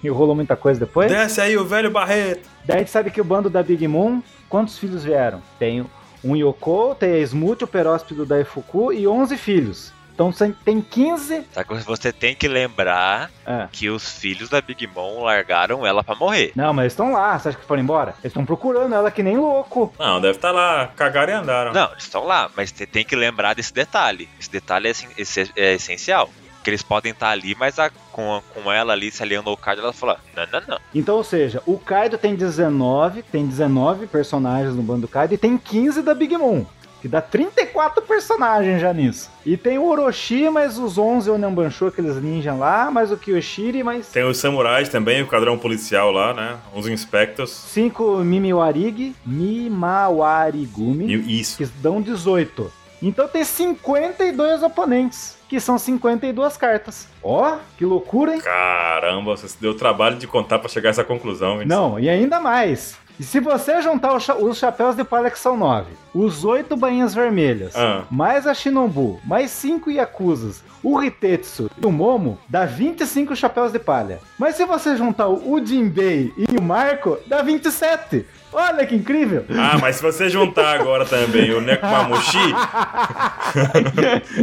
Speaker 3: E rolou muita coisa depois.
Speaker 1: Desce aí o velho Barreto.
Speaker 3: Daí a gente sabe que o bando da Big Moon, quantos filhos vieram? Tem um Yoko, tem a Smooth, o Peróspido da Ifuku e 11 filhos. Então sem- tem 15.
Speaker 2: Só que você tem que lembrar
Speaker 3: É.
Speaker 2: que os filhos da Big Mom largaram ela pra morrer.
Speaker 3: Não, mas eles estão lá, você acha que foram embora? Eles estão procurando ela que nem louco.
Speaker 1: Não, deve estar lá. Cagaram e andaram.
Speaker 2: Não, eles estão lá, mas você tem que lembrar desse detalhe. Esse detalhe é, essen- esse- é essencial. Que eles podem estar ali, mas a- com, com ela ali se aliando ao card, ela fala: Não, não, não.
Speaker 3: Então, ou seja, o Kaido tem 19, tem 19 personagens no bando do Kaido e tem 15 da Big Mom. Que dá 34 personagens já nisso. E tem o Orochi, mais os 11 Onambanshou, aqueles ninjas lá, mais o Kyoshiri, mais
Speaker 1: Tem os samurais também, o quadrão policial lá, né? Os inspectors.
Speaker 3: 5 Mimiwarigi,
Speaker 1: E
Speaker 3: Mimawarigumi,
Speaker 1: isso.
Speaker 3: que dão 18. Então tem 52 oponentes, que são 52 cartas. Ó, que loucura, hein?
Speaker 1: Caramba, você se deu o trabalho de contar pra chegar a essa conclusão. Vinícius.
Speaker 3: Não, e ainda mais. E se você juntar o cha- os chapéus de palha que são 9, os 8 bainhas vermelhas,
Speaker 1: Ah.
Speaker 3: mais a Shinobu, mais 5 Yakuzas, o Ritetsu e o Momo, dá 25 chapéus de palha. Mas se você juntar o Jinbei e o Marco, dá 27. Olha que incrível!
Speaker 1: Ah, mas se você juntar agora também o Nekomamushi,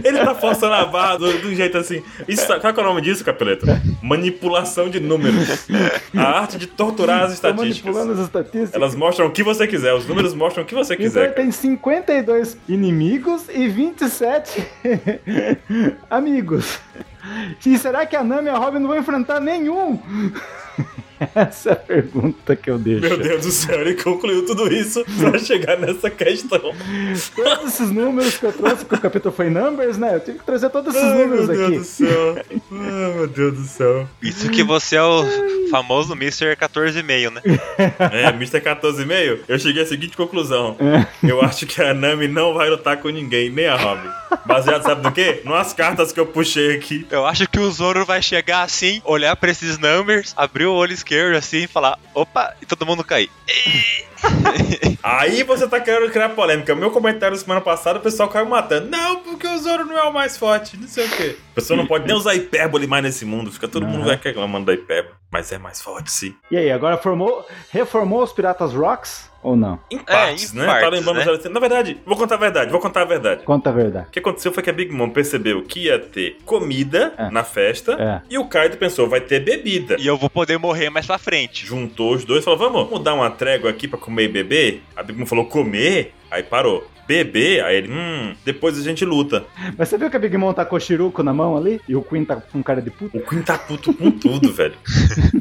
Speaker 1: ele tá forçando a barra do, do jeito assim. Isso, sabe qual é o nome disso, Capeleto? Manipulação de números. A arte de torturar as
Speaker 3: Tô manipulando
Speaker 1: estatísticas.
Speaker 3: as estatísticas.
Speaker 1: Elas mostram o que você quiser, os números mostram o que você
Speaker 3: Então
Speaker 1: quiser. cara.
Speaker 3: tem 52 inimigos e 27 amigos. E será que a Nami e a Robin não vão enfrentar nenhum? Essa é a pergunta que eu deixo.
Speaker 1: Meu Deus do céu, ele concluiu tudo isso pra chegar nessa questão.
Speaker 3: Todos esses números que eu trouxe, porque o capítulo foi numbers, né? Eu tive que trazer todos esses
Speaker 1: Ai, meu
Speaker 3: números
Speaker 1: Deus do
Speaker 3: aqui.
Speaker 1: céu. Ai, meu Deus do céu.
Speaker 2: Isso que você é o famoso Mr. 14,5, né?
Speaker 1: É, Mr. 14,5, eu cheguei à seguinte conclusão. Eu acho que a Nami não vai lutar com ninguém, nem a Robin. Baseado, sabe do quê? Nas cartas que eu puxei aqui.
Speaker 2: Eu acho que o Zoro vai chegar assim, olhar pra esses numbers, abrir o olho esquerdo assim e falar, opa, e todo mundo cair.
Speaker 1: Aí você tá querendo criar polêmica. Meu comentário semana passada, o pessoal caiu matando. Não, porque o Zoro não é o mais forte, não sei o quê. A pessoa não pode nem usar hipérbole mais nesse mundo. Fica todo mundo
Speaker 3: Não.
Speaker 1: vai reclamando da hipérbole. Mas é mais forte, sim.
Speaker 3: E aí, agora formou, reformou os Piratas Rocks ou não?
Speaker 1: Em partes,
Speaker 2: É, em
Speaker 1: né? tá
Speaker 2: partes,
Speaker 1: lembrando
Speaker 2: né?
Speaker 1: os adolescentes. Na verdade, vou contar a verdade, vou contar a verdade.
Speaker 3: Conta a verdade.
Speaker 1: O que aconteceu foi que a Big Mom percebeu que ia ter comida
Speaker 3: É.
Speaker 1: na festa
Speaker 3: É.
Speaker 1: e o Kaido pensou, vai ter bebida.
Speaker 2: E eu vou poder morrer mais pra frente.
Speaker 1: juntou os dois e falou: vamos, vamos dar uma trégua aqui pra comer e beber? A Big Mom falou: comer? Aí parou. Beber? Aí ele, hum, depois a gente luta.
Speaker 3: Mas você viu que a Big Mom tá com o Shiruko na mão ali? E o Queen tá com cara de puta?
Speaker 1: O Queen tá puto com tudo, velho.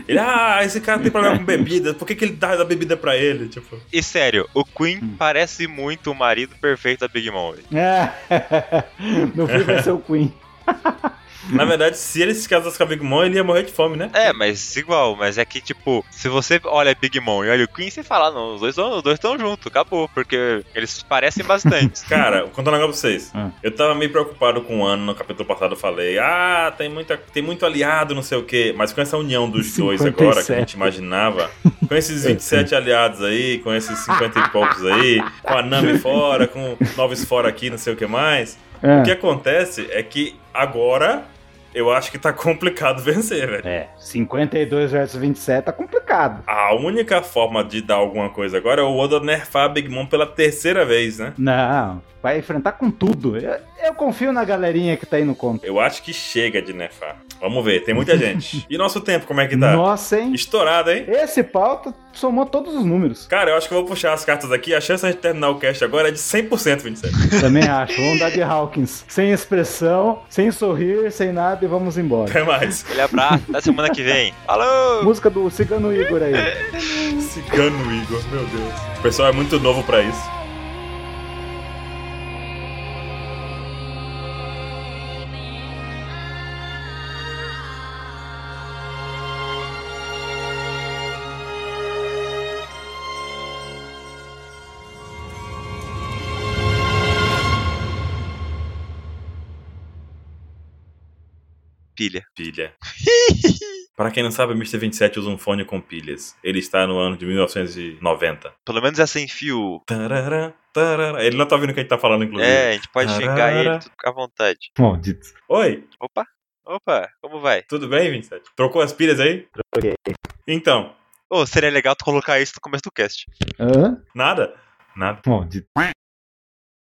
Speaker 1: Ele, ah, esse cara tem problema com bebida, por que, que ele dá a bebida pra ele? Tipo,
Speaker 2: E sério, o Queen
Speaker 1: Hum.
Speaker 2: parece muito o marido perfeito da Big Mom. velho.
Speaker 3: É. No fim vai ser o Queen.
Speaker 1: na verdade, se ele se casasse com a Big Mom, ele ia morrer de fome, né?
Speaker 2: É, mas igual, mas é que tipo, se você olha Big Mom e olha o Queen, você fala, não, os dois estão os dois tão juntos, acabou, porque eles parecem bastante.
Speaker 1: Cara, vou contar um negócio pra vocês.
Speaker 3: Hum.
Speaker 1: Eu tava meio preocupado com o ano, no capítulo passado eu falei, ah, tem, muita, tem muito aliado, não sei o quê. Mas com essa união dos dois agora, que a gente
Speaker 3: 57.
Speaker 1: imaginava, com esses 27 aliados aí, com esses 50 e poucos aí, com a Nami fora, com novos fora aqui, não sei o que mais. O que
Speaker 3: É.
Speaker 1: acontece é que agora eu acho que tá complicado vencer, velho.
Speaker 3: É, 52 versus 27 tá complicado.
Speaker 1: A única forma de dar alguma coisa agora é o Oda nerfar a Big Mom pela terceira vez, né?
Speaker 3: Não, vai enfrentar com tudo. Eu, eu confio na galerinha que tá aí no conto.
Speaker 1: Eu acho que chega de nefar. Vamos ver, tem muita gente. E nosso tempo, como é que tá?
Speaker 3: Nossa, hein?
Speaker 1: Estourado, hein?
Speaker 3: Esse pauta somou todos os números.
Speaker 1: Cara, eu acho que eu vou puxar as cartas aqui. A chance de terminar o cast agora é de 100%, 27.
Speaker 3: Também acho. Vamos dar de Hawkins. Sem expressão, sem sorrir, sem nada e vamos embora.
Speaker 1: Até mais.
Speaker 2: Ele abraço, até semana que vem. Falou!
Speaker 3: Música do Cigano Igor aí.
Speaker 1: Cigano Igor, meu Deus. O pessoal é muito novo pra isso.
Speaker 2: Filha.
Speaker 1: Pilha. Para quem não sabe, o Mr. 27 usa um fone com pilhas. Ele está no ano de 1990.
Speaker 2: Pelo menos é sem fio.
Speaker 1: Tarará, tarará. Ele não tá ouvindo o que a gente tá falando, inclusive.
Speaker 2: É, a gente pode xingar
Speaker 1: Tarara.
Speaker 2: ele tudo à vontade.
Speaker 3: Maldito.
Speaker 1: Oi,
Speaker 2: Opa, opa, como vai?
Speaker 1: tudo bem, 27? Trocou as pilhas aí?
Speaker 3: Troquei.
Speaker 1: Então,
Speaker 2: Ô, seria legal tu colocar isso no começo do cast.
Speaker 3: Hã?
Speaker 1: nada? Nada.
Speaker 3: Maldito.